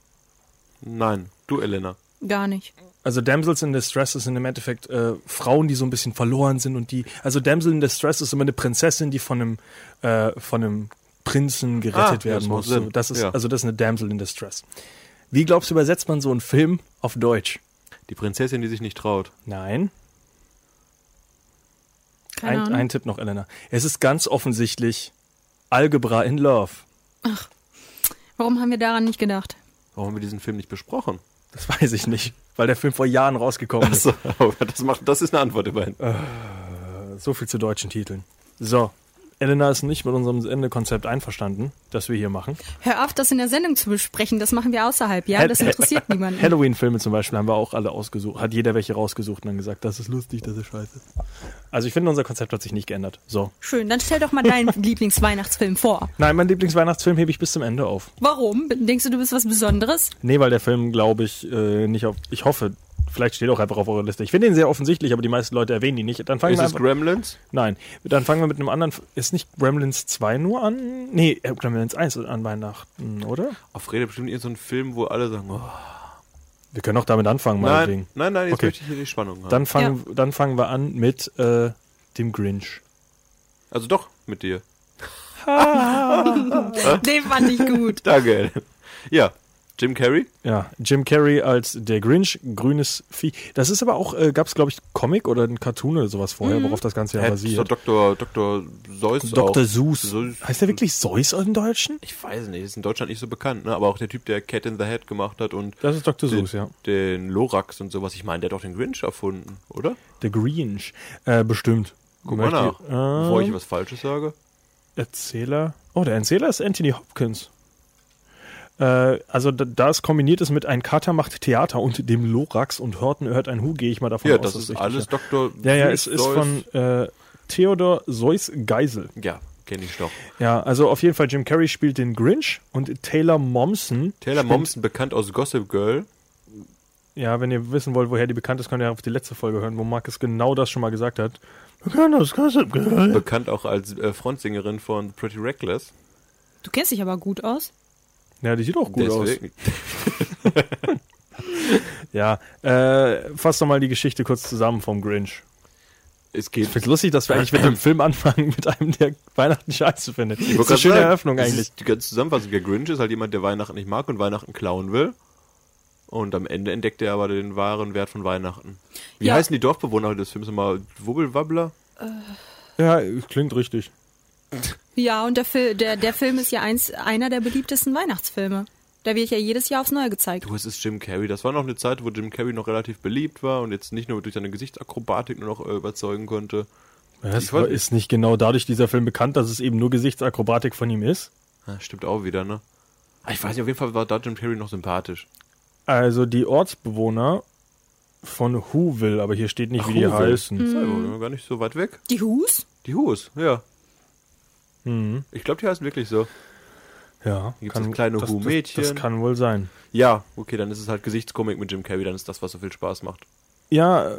E: Nein, du, Elena.
F: Gar nicht.
D: Also Damsels in Distress ist in dem Endeffekt äh, Frauen, die so ein bisschen verloren sind und die, also Damsel in Distress ist immer eine Prinzessin, die von einem, äh, von einem Prinzen
E: Ah,
D: gerettet
E: ja, das
D: werden
E: macht
D: muss. So,
E: Sinn.
D: das ist,
E: Ja.
D: also das ist eine Damsel in Distress. Wie glaubst du, übersetzt man so einen Film auf Deutsch?
E: Die Prinzessin, die sich nicht traut.
D: Nein.
F: Keine
D: Ein,
F: Ahnung.
D: ein Tipp noch, Elena. Es ist ganz offensichtlich Algebra in Love.
F: Warum haben wir daran nicht gedacht?
E: Warum haben wir diesen Film nicht besprochen?
D: Das weiß ich nicht, weil der Film vor Jahren rausgekommen ist.
E: So, aber das, macht, das ist eine Antwort immerhin.
D: Äh, Also So viel zu deutschen Titeln. So, Elena ist nicht mit unserem Sendekonzept einverstanden, das wir hier machen.
F: Hör auf, das in der Sendung zu besprechen. Das machen wir außerhalb, ja? Das interessiert niemanden.
D: Halloween-Filme zum Beispiel haben wir auch alle ausgesucht, hat jeder welche rausgesucht und dann gesagt, das ist lustig, das ist scheiße. Also ich finde, unser Konzept hat sich nicht geändert. So.
F: Schön, dann stell doch mal deinen Lieblingsweihnachtsfilm vor.
D: Nein, mein Lieblingsweihnachtsfim hebe ich bis zum Ende auf.
F: Warum? Denkst du, du bist was Besonderes?
D: Nee, weil der Film, glaube ich, äh, nicht auf. Ich hoffe, vielleicht steht er auch einfach auf eurer Liste. Ich finde ihn sehr offensichtlich, aber die meisten Leute erwähnen ihn nicht. Dann fangen
E: Ist
D: wir
E: es
D: einfach,
E: Gremlins?
D: Nein, dann fangen wir mit einem anderen. F- Ist nicht Gremlins 2 nur an? Nee, äh, Gremlins 1 an Weihnachten, oder?
E: Auf Rede Oh, bestimmt irgendein so ein Film, wo alle sagen, oh,
D: Wir können auch damit anfangen,
E: nein,
D: meinetwegen.
E: nein, nein, jetzt
D: Okay.
E: möchte ich hier die Spannung haben.
D: Dann fangen, dann fangen wir an mit äh, dem Grinch.
E: also doch, mit dir.
F: Den fand ich gut.
E: Danke. Ja, Jim Carrey?
D: Ja, Jim Carrey als der Grinch, grünes Vieh. Das ist aber auch, äh, gab es, glaube ich, Comic oder ein Cartoon oder sowas vorher, worauf das Ganze ja
E: Hat so
D: basiert.
E: Dr. Dr. Mhm. Äh, Seuss
D: Dr.
E: auch.
D: Seuss.
E: Seuss.
D: Heißt der wirklich Seuss im Deutschen?
E: Ich weiß nicht, ist in Deutschland nicht so bekannt, ne? aber auch der Typ, der Cat in the Head gemacht hat und
D: Das ist Dr.
E: den,
D: Seuss, ja.
E: den Lorax und sowas. Ich meine, der hat doch den Grinch erfunden, oder?
D: Der Grinch. Äh, bestimmt.
E: Guck mal nach, bevor ich
D: Äh,
E: was Falsches sage.
D: Erzähler. Oh, der Erzähler ist Anthony Hopkins. Äh, also da, da es kombiniert ist mit Ein Kater macht Theater und dem Lorax und Horten hört ein Hu, gehe ich mal davon
E: Ja,
D: aus.
E: das
D: dass
E: ist
D: richtig
E: alles Dr.
D: Ja, ja, es
E: Seuss,
D: ist
E: Seuss.
D: von äh, Theodor Seuss Geisel.
E: Ja, kenne ich doch.
D: Ja, also auf jeden Fall Jim Carrey spielt den Grinch und Taylor Momsen.
E: Taylor
D: spielt-
E: Momsen, bekannt aus Gossip Girl.
D: Ja, wenn ihr wissen wollt, woher die bekannt ist, könnt ihr auf die letzte Folge hören, wo Marcus genau das schon mal gesagt hat. Bekannt aus Gossip Girl.
E: Bekannt auch als äh, Frontsängerin von Pretty Reckless.
F: Du kennst dich aber gut aus.
D: Ja, die sieht auch gut aus.
E: Deswegen.
D: Ja, äh, fass doch mal die Geschichte kurz zusammen vom Grinch.
E: Es
D: Ich
E: geht.
D: find's lustig, dass wir eigentlich mit dem Film anfangen, mit einem, der Weihnachten scheiße findet. Das ist eine schöne Eröffnung
E: Es
D: eigentlich.
E: Ist die ganze Zusammenfassung. Der Grinch ist halt jemand, der Weihnachten nicht mag und Weihnachten klauen will. Und am Ende entdeckt er aber den wahren Wert von Weihnachten. Wie
F: Ja.
E: heißen die Dorfbewohner des Films nochmal? Wubbelwabbler?
D: Ja, klingt richtig.
F: Ja, und der, Fil der, der Film ist ja eins, einer der beliebtesten Weihnachtsfilme. Da wird ja jedes Jahr aufs Neue gezeigt.
E: Du, es ist Jim Carrey. Das war noch eine Zeit, wo Jim Carrey noch relativ beliebt war und jetzt nicht nur durch seine Gesichtsakrobatik nur noch äh, überzeugen konnte.
D: Das
E: Ich wollt-
D: ist nicht genau dadurch dieser Film bekannt, dass es eben nur Gesichtsakrobatik von ihm ist.
E: Ah, stimmt auch wieder, ne? Ah, Ich weiß nicht, auf jeden Fall war da Jim Carrey noch sympathisch.
D: Also die Ortsbewohner von Whoville, aber hier steht nicht, wie die
E: Whoville. Hm.
D: heißen.
E: Sei wohl, Gar nicht so weit weg.
F: Die Hus?
E: Die Hus, ja.
D: Mhm.
E: Ich glaube, die heißen wirklich so.
D: Ja,
E: Gibt's das kleine
D: das, das,
E: Who-Mädchen?
D: das kann wohl sein.
E: Ja, okay, dann ist es halt Gesichtskomik mit Jim Carrey, dann ist das, was so viel Spaß macht.
D: Ja, äh,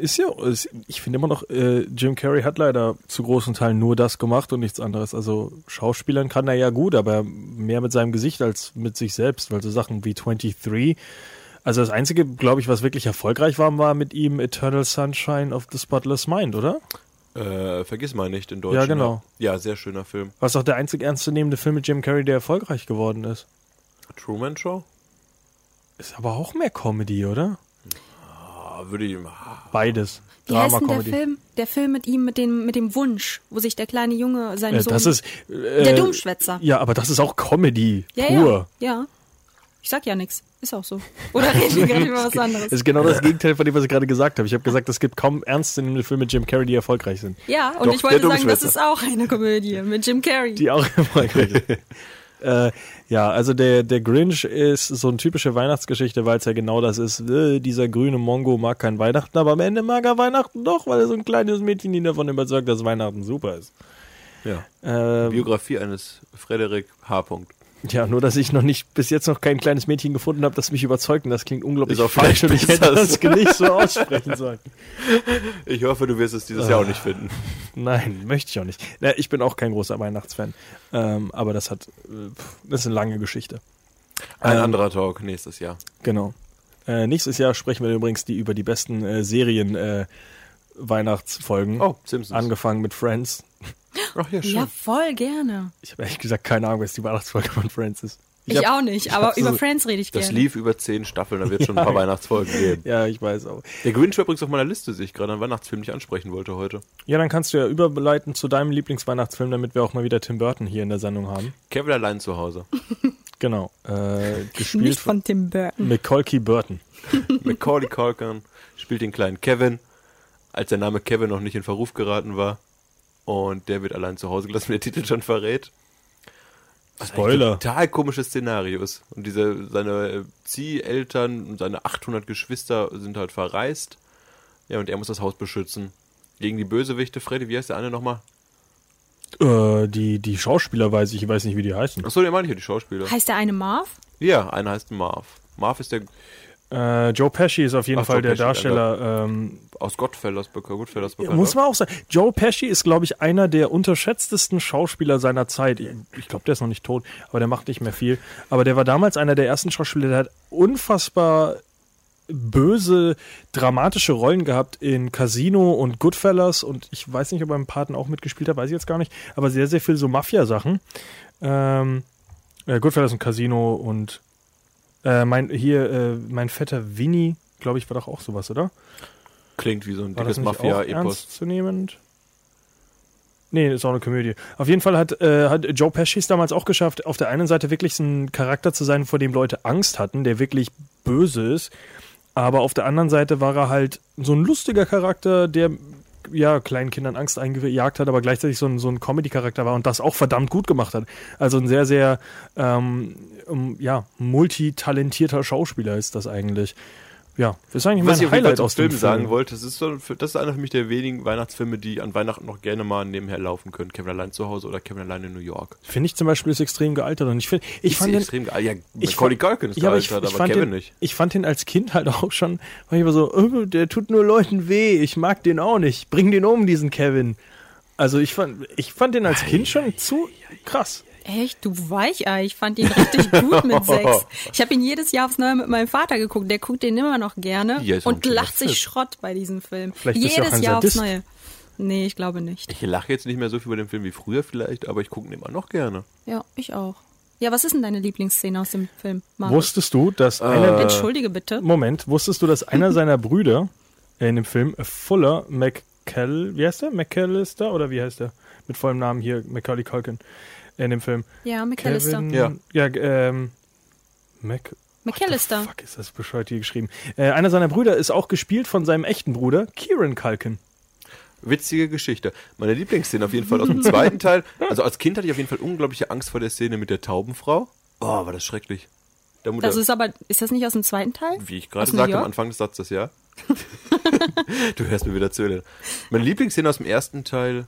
D: ist ja, ist, ich finde immer noch, äh, Jim Carrey hat leider zu großen Teilen nur das gemacht und nichts anderes. Also Schauspielern kann er ja gut, aber mehr mit seinem Gesicht als mit sich selbst, weil so Sachen wie 23. Also das Einzige, glaube ich, was wirklich erfolgreich war, war mit ihm Eternal Sunshine of the Spotless Mind, oder?
E: Äh, vergiss mal nicht in Deutschland.
D: Ja, genau.
E: Ja, sehr schöner Film.
D: Was auch der einzig ernstzunehmende Film mit Jim Carrey, der erfolgreich geworden ist.
E: Truman Show?
D: Ist aber auch mehr Comedy, oder?
E: Ah, würde ich. ah,
D: Beides.
F: Wie heißt denn der Film? Der Film mit ihm, mit dem, mit dem Wunsch, wo sich der kleine Junge seinen
D: Äh,
F: Sohn...
D: das ist. Äh,
F: Der Dummschwätzer.
D: Ja, aber das ist auch Comedy.
F: Ja, ja,
D: pur.
F: ja. Ich sag ja nichts. Ist auch so. Oder reden wir gerade über was anderes?
D: Das ist genau das Gegenteil von dem, was ich gerade gesagt habe. Ich habe gesagt, es gibt kaum ernstzunehmende Filme mit Jim Carrey, die erfolgreich sind.
F: Ja, und
E: Doch,
F: ich wollte
E: der
F: sagen, das
E: Dummschwätzer.
F: ist auch eine Komödie mit Jim Carrey.
D: Die auch erfolgreich sind. äh, ja, also der, der Grinch ist so eine typische Weihnachtsgeschichte, weil es ja genau das ist. Äh, dieser grüne Mongo mag kein Weihnachten, aber am Ende mag er Weihnachten doch, weil er so ein kleines Mädchen ihn davon überzeugt, dass Weihnachten super ist.
E: Ja.
D: Ähm,
E: Biografie eines Frederik H. Punkt.
D: Ja, nur dass ich noch nicht bis jetzt noch kein kleines Mädchen gefunden habe, das mich überzeugt und das klingt unglaublich
E: Ist auch
D: falsch und ich
E: vielleicht
D: hätte das
E: besser.
D: nicht so aussprechen sollen.
E: Ich hoffe, du wirst es dieses Jahr auch nicht finden.
D: Nein, möchte ich auch nicht. Na, ich bin auch kein großer Weihnachtsfan, ähm, aber das hat äh, pff, das ist eine lange Geschichte.
E: Ein
D: Ähm,
E: anderer Talk nächstes Jahr.
D: Genau. Äh, nächstes Jahr sprechen wir übrigens die über die besten äh, Serien äh, Weihnachtsfolgen.
E: Oh, Simpsons.
D: Angefangen mit Friends.
E: Ach ja, schön.
F: ja, voll gerne.
D: Ich habe ehrlich gesagt keine Ahnung, was die Weihnachtsfolge von Friends ist.
F: Ich,
D: hab-
F: auch nicht,
D: ich
F: aber
D: hab so-
F: über Friends rede ich
E: Das
F: gerne.
E: lief über zehn Staffeln, da wird schon ein paar Weihnachtsfolgen geben.
D: Ja, ich weiß auch.
E: Der Grinch war übrigens auf meiner Liste, die ich gerade einen Weihnachtsfilm nicht ansprechen wollte heute.
D: Ja, dann kannst du ja überleiten zu deinem Lieblingsweihnachtsfilm, damit wir auch mal wieder Tim Burton hier in der Sendung haben.
E: Kevin allein zu Hause.
D: Genau. Äh, gespielt
F: Nicht von Tim Burton.
D: Mikolki Burton.
E: Macaulay Culkin spielt den kleinen Kevin, als der Name Kevin noch nicht in Verruf geraten war. Und der wird allein zu Hause gelassen, wie der Titel schon verrät. Was
D: Spoiler.
E: ein Total komisches Szenario ist. Und diese, seine Zieheltern und seine 800 Geschwister sind halt verreist. Ja, und er muss das Haus beschützen. Gegen die Bösewichte, Freddy, wie heißt der andere nochmal?
D: Äh, die, die Schauspieler weiß ich, ich weiß nicht, wie die heißen.
E: Achso, den meine ich ja, die Schauspieler.
F: Heißt der eine Marv?
E: Ja, einer heißt Marv. Marv ist der
D: Äh, Joe Pesci ist auf jeden
E: Ach,
D: Fall
E: Joe
D: der
E: Pesci,
D: Darsteller. Ähm,
E: aus Gottfellas bekannt. Goodfellas bekannt.
D: muss man auch sagen, Joe Pesci ist, glaube ich, einer der unterschätztesten Schauspieler seiner Zeit. Ich, ich glaube, der ist noch nicht tot, aber der macht nicht mehr viel. Aber der war damals einer der ersten Schauspieler, der hat unfassbar böse, dramatische Rollen gehabt in Casino und Goodfellas und ich weiß nicht, ob er im Paten auch mitgespielt hat, weiß ich jetzt gar nicht, aber sehr, sehr viel so Mafia-Sachen. Ähm, äh, Goodfellas und Casino und äh, mein, hier, äh, mein Vetter Winnie, glaube ich, war doch auch sowas, oder?
E: Klingt wie so ein
D: War das
E: dickes
D: nicht auch
E: Mafia-Epos.
D: ernstzunehmend? Nee, ist auch eine Komödie. Auf jeden Fall hat, äh, hat Joe Pesci es damals auch geschafft, auf der einen Seite wirklich so ein Charakter zu sein, vor dem Leute Angst hatten, der wirklich böse ist. Aber auf der anderen Seite war er halt so ein lustiger Charakter, der ja kleinen Kindern Angst eingejagt hat, aber gleichzeitig so ein, so ein Comedy-Charakter war und das auch verdammt gut gemacht hat. Also ein sehr, sehr ähm, um, ja, multitalentierter Schauspieler ist das eigentlich. Ja, ist eigentlich mein
E: Was ich auf jeden Fall
D: Highlight
E: zum
D: aus dem
E: Film
D: Film.
E: sagen wollte, das ist, so, das ist einer für mich der wenigen Weihnachtsfilme, die an Weihnachten noch gerne mal nebenher laufen können. Kevin allein zu Hause oder Kevin allein in New York.
D: Finde ich zum Beispiel ist extrem gealtert und ich finde, ich
E: Ist
D: fand den,
E: extrem geil. Ja,
D: ich
E: Macaulay
D: fand-
E: Culkin ist
D: ja, aber ich,
E: gealtert,
D: ich
E: aber
D: fand
E: Kevin
D: den,
E: nicht.
D: Ich fand den als Kind halt auch schon, war ich immer so, oh, der tut nur Leuten weh, ich mag den auch nicht, bring den um, diesen Kevin. Also ich fand, ich fand den als Kind schon zu krass.
F: Echt, du Weichei. Ich fand ihn richtig gut mit sechs. Ich habe ihn jedes Jahr aufs Neue mit meinem Vater geguckt. Der guckt den immer noch gerne
E: Ja, ist auch ein
F: und
E: schöner
F: lacht sich
E: Film.
F: Schrott bei diesem Film.
D: Vielleicht bist
F: jedes
D: du auch ein
F: Jahr aufs
D: Sadist.
F: Neue. Nee, ich glaube nicht.
E: Ich lache jetzt nicht mehr so viel über den Film wie früher vielleicht, aber ich gucke ihn immer noch gerne.
F: Ja, ich auch. Ja, was ist denn deine Lieblingsszene aus dem Film? Marvin?
D: Wusstest du,
E: Äh.
D: dass einer,
F: Entschuldige bitte.
D: Moment, wusstest du, dass einer seiner Brüder in dem Film Fuller McCall, wie heißt der? McCallister oder wie heißt der? Mit vollem Namen hier, Macaulay Culkin in dem Film.
F: Ja, McAllister.
D: Kevin,
E: Ja.
D: ja ähm, Mac,
F: McAllister.
D: Fuck, ist das bescheuert hier geschrieben. Äh, einer seiner Brüder ist auch gespielt von seinem echten Bruder, Kieran Culkin.
E: Witzige Geschichte. Meine Lieblingsszene auf jeden Fall aus dem zweiten Teil. Also als Kind hatte ich auf jeden Fall unglaubliche Angst vor der Szene mit der Taubenfrau. Oh, war das schrecklich. Da mu-
F: Das
E: da-
F: ist aber, ist das nicht aus dem zweiten Teil?
E: Wie ich
F: Aus
E: gerade
F: New
E: sagte
F: York?
E: am Anfang des Satzes, ja. du hörst mir wieder zögern. Meine Lieblingsszene aus dem ersten Teil,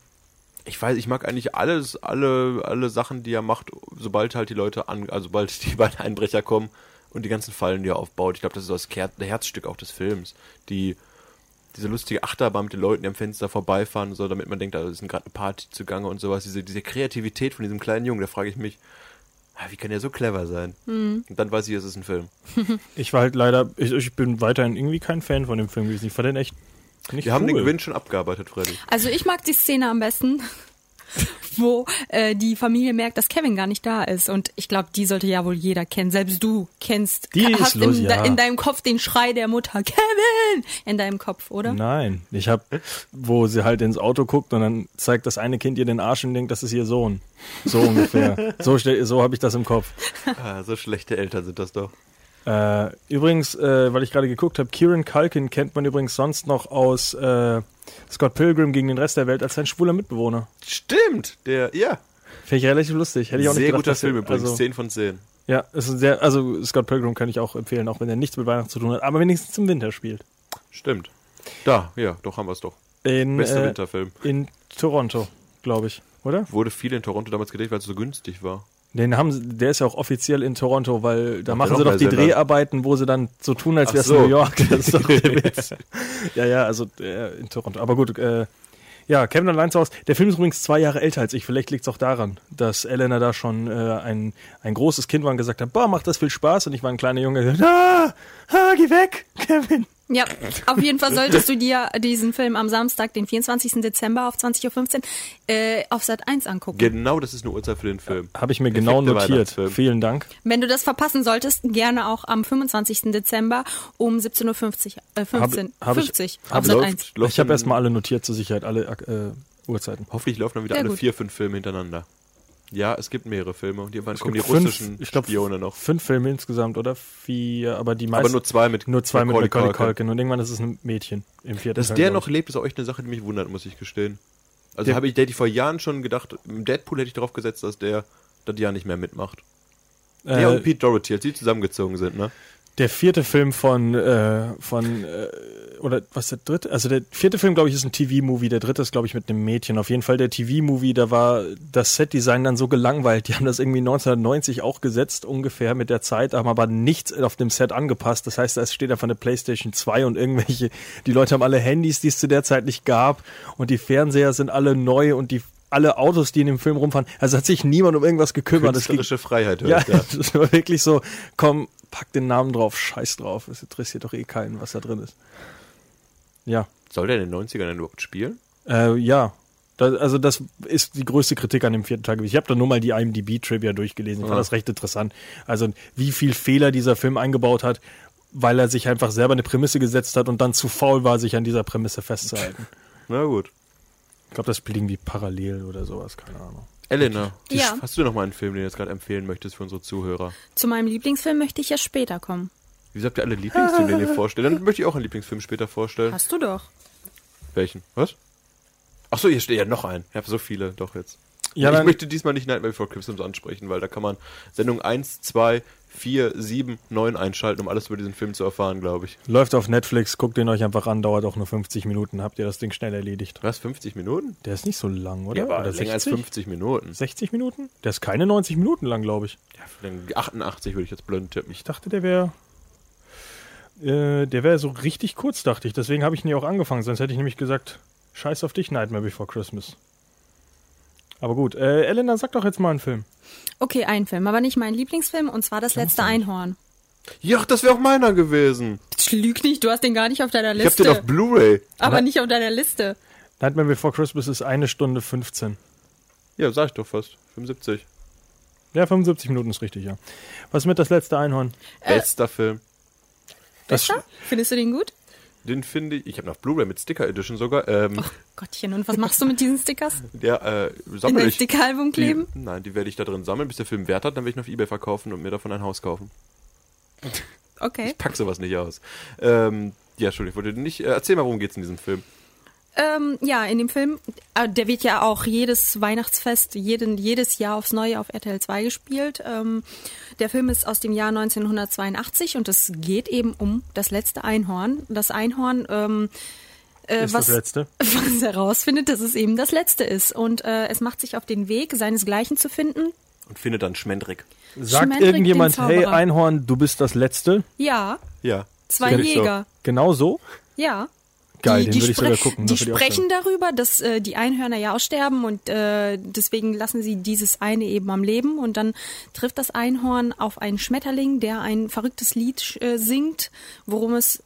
E: ich weiß, ich mag eigentlich alles, alle, alle Sachen, die er macht, sobald halt die Leute an, also sobald die beiden Einbrecher kommen und die ganzen Fallen, die er aufbaut. Ich glaube, das ist so das Ker Herzstück auch des Films. Die, diese lustige Achterbahn mit den Leuten, die am Fenster vorbeifahren, und so, damit man denkt, da ist gerade eine Party zugange und sowas. Diese, diese Kreativität von diesem kleinen Jungen, da frage ich mich, ah, wie kann der so clever sein? Und dann weiß ich, es ist ein Film.
D: Ich war halt leider, ich, ich bin weiterhin irgendwie kein Fan von dem Film gewesen. Ich fand den echt nicht
E: Wir
D: cool.
E: haben den Gewinn schon abgearbeitet, Freddy.
F: Also ich mag die Szene am besten, wo äh, die Familie merkt, dass Kevin gar nicht da ist. Und ich glaube, die sollte ja wohl jeder kennen. Selbst du kennst,
D: Die ist
F: hast
D: los,
F: in,
D: ja.
F: in deinem Kopf den Schrei der Mutter, Kevin, in deinem Kopf, oder?
D: Nein, ich hab, wo sie halt ins Auto guckt und dann zeigt das eine Kind ihr den Arsch und denkt, das ist ihr Sohn. So ungefähr. so stell- so habe ich das im Kopf.
E: Ah, so schlechte Eltern sind das doch.
D: Äh, übrigens, äh, weil ich gerade geguckt habe, Kieran Culkin kennt man übrigens sonst noch aus äh, Scott Pilgrim gegen den Rest der Welt als sein schwuler Mitbewohner.
E: Stimmt, der, ja.
D: Finde ich relativ lustig. Hätte ich auch
E: Sehr
D: nicht gedacht,
E: guter
D: dass-
E: Film übrigens,
D: also-
E: 10 von 10.
D: Ja, es ist ein sehr, also Scott Pilgrim kann ich auch empfehlen, auch wenn er nichts mit Weihnachten zu tun hat, aber wenigstens im Winter spielt.
E: Stimmt. Da, ja, doch haben wir es doch.
D: In,
E: Bester
D: äh,
E: Winterfilm.
D: In Toronto, glaube ich, oder?
E: Wurde viel in Toronto damals gedreht, weil es so günstig war.
D: Den haben, sie- der ist ja auch offiziell in Toronto, weil da
E: Macht
D: machen
E: er
D: sie
E: noch
D: doch die
E: mehr Sinn, ne?
D: Dreharbeiten, wo sie dann so tun, als
E: Ach
D: wäre es
E: so.
D: New York. Das ist doch der Witz. Ja, ja, also äh, in Toronto. Aber gut, äh, ja, Kevin allein zu Hause. Der Film ist übrigens zwei Jahre älter als ich. Vielleicht liegt es auch daran, dass Elena da schon äh, ein, ein großes Kind war und gesagt hat, boah, macht das viel Spaß. Und ich war ein kleiner Junge, der gesagt, hat, ah, ah, geh weg, Kevin.
F: Ja, auf jeden Fall solltest du dir diesen Film am Samstag, den 24. Dezember auf 20.15 Uhr äh, auf Sat 1 angucken.
E: Genau, das ist eine Uhrzeit für den Film.
D: Habe ich mir
E: Perfekter
D: genau notiert.
E: Weihnachtsfilm.
D: Vielen Dank.
F: Wenn du das verpassen solltest, gerne auch am 25. Dezember um 17.50 Uhr, äh, 15,
D: hab ich-
F: 50
D: hab
F: auf
D: ich-
F: Sat
E: läuft.
F: 1.
E: Läuft
D: Ich habe
E: dann-
D: erstmal alle notiert zur Sicherheit, alle äh, Uhrzeiten.
E: Hoffentlich laufen dann wieder
F: Sehr
E: alle
F: gut.
E: vier, fünf Filme hintereinander. Ja, es gibt mehrere Filme. Und irgendwann
D: Es
E: kommen die
D: gibt fünf,
E: russischen
D: ich glaub,
E: Spione noch.
D: Fünf Filme insgesamt, oder? Vier, aber die meisten.
E: Aber nur zwei mit
D: nur zwei mit
E: Macaulay
D: Macaulay
E: Culkin.
D: Culkin. Und irgendwann ist es ein Mädchen im vierten
E: Dass
D: Teil,
E: der
D: glaub
E: noch
D: ich.
E: lebt, ist auch echt eine Sache, die mich wundert, muss ich gestehen. Also
D: Der-
E: habe ich, hätte ich vor Jahren schon gedacht, im Deadpool hätte ich darauf gesetzt, dass der das Jahr nicht mehr mitmacht.
D: Äh,
E: der und Pete Doherty, als die zusammengezogen sind, ne?
D: Der vierte Film von, äh, von äh, oder was der dritte? Also der vierte Film, glaube ich, ist ein TV-Movie. Der dritte ist, glaube ich, mit einem Mädchen. Auf jeden Fall der TV-Movie, da war das Set-Design dann so gelangweilt. Die haben das irgendwie 1990 auch gesetzt, ungefähr mit der Zeit, haben aber nichts auf dem Set angepasst. Das heißt, da steht einfach eine Playstation 2 und irgendwelche, die Leute haben alle Handys, die es zu der Zeit nicht gab und die Fernseher sind alle neu und die alle Autos, die in dem Film rumfahren. Also hat sich niemand um irgendwas gekümmert. Das ging
E: Künstlerische Freiheit, höre
D: ja,
E: ich da.
D: das war wirklich so, komm, pack den Namen drauf, scheiß drauf. Es interessiert doch eh keinen, was da drin ist. Ja.
E: Soll der in den 90ern denn überhaupt spielen?
D: Äh, ja. Da, also das ist die größte Kritik an dem vierten Tag. Ich habe da nur mal die IMDb-Trivia durchgelesen. Ich fand
E: Ja.
D: das recht interessant. Also wie viel Fehler dieser Film eingebaut hat, weil er sich einfach selber eine Prämisse gesetzt hat und dann zu faul war, sich an dieser Prämisse festzuhalten.
E: Na gut.
D: Ich glaube, das spielt irgendwie parallel oder sowas, keine Ahnung.
E: Elena, die-
F: Ja.
E: hast du noch mal einen Film, den du jetzt gerade empfehlen möchtest für unsere Zuhörer?
F: Zu meinem Lieblingsfilm möchte ich ja später kommen.
E: Wieso habt ihr alle Lieblingsfilme, den ihr vorstellt? Dann möchte ich auch einen Lieblingsfilm später vorstellen.
F: Hast du doch.
E: Welchen? Was? Achso, hier steht ja noch ein. Ich habe so viele, doch jetzt.
D: Ja,
E: ich
D: dann-
E: möchte diesmal nicht Nightmare Before Christmas ansprechen, weil da kann man Sendung 1, 2, 4, 7, 9 einschalten, um alles über diesen Film zu erfahren, glaube ich.
D: Läuft auf Netflix, guckt den euch einfach an, dauert auch nur 50 Minuten, habt ihr das Ding schnell erledigt.
E: Was, 50 Minuten?
D: Der ist nicht so lang, oder?
E: Der war
D: oder
E: länger als 50 Minuten.
D: 60 Minuten? Der ist keine 90 Minuten lang, glaube ich.
E: Ja, dann 88 würde ich jetzt blöd tippen.
D: Ich dachte, der wäre. Äh, der wäre so richtig kurz, dachte ich. Deswegen habe ich ihn ja auch angefangen. Sonst hätte ich nämlich gesagt: Scheiß auf dich, Nightmare Before Christmas. Aber gut, äh, Elena, sag doch jetzt mal einen Film.
F: Okay, ein Film, aber nicht mein Lieblingsfilm, und zwar das letzte Einhorn.
E: Ja, das wäre auch meiner gewesen.
F: Lüg nicht, du hast den gar nicht auf deiner
E: Ich hab den
F: Liste.
E: auf Blu-ray.
F: aber nicht auf deiner Liste.
D: Nightmare Before Christmas ist eine Stunde 15.
E: Ja, sag ich doch fast. 75.
D: Ja, 75 Minuten ist richtig, ja. Was mit das letzte Einhorn?
F: Äh.
E: Bester Film.
D: Das,
F: Findest du den gut?
E: Den finde ich, ich habe noch Blu-ray mit Sticker Edition sogar. Ähm,
F: Gottchen, und was machst du mit diesen Stickers?
E: der äh,
F: In
E: sammle
F: dein
E: ich.
F: Stickeralbum kleben?
E: Die, nein, die werde ich da drin sammeln, bis der Film Wert hat, dann werde ich ihn auf Ebay verkaufen und mir davon ein Haus kaufen.
F: Okay.
E: Ich pack sowas nicht aus. Ähm, ja, Entschuldigung, ich wollte nicht. Äh, erzähl mal, worum geht's in diesem Film?
F: Ähm, ja, in dem Film, äh, der wird ja auch jedes Weihnachtsfest, jeden, jedes Jahr aufs Neue auf RTL 2 gespielt. Ähm, der Film ist aus dem Jahr 1982 und es geht eben um das letzte Einhorn. Das Einhorn, ähm, äh,
D: ist
F: was,
D: das letzte.
F: was herausfindet, dass es eben das letzte ist. Und äh, es macht sich auf den Weg, seinesgleichen zu finden.
E: Und findet dann Schmendrick.
D: Sagt
F: Schmendrick, den
D: irgendjemand: Hey,
F: Zauberer."
D: Einhorn, du bist das letzte.
F: Ja,
E: Ja.
F: zwei
E: Finde ich so.
F: Jäger.
D: Genau so.
F: Ja.
D: Geil, den würde ich sogar
F: spre-
D: gucken,
F: Die
D: das würde ich auch
F: sprechen darüber, dass äh, die Einhörner ja aussterben und äh, deswegen lassen sie dieses eine eben am Leben und dann trifft das Einhorn auf einen Schmetterling, der ein verrücktes Lied sch- äh, singt, worum es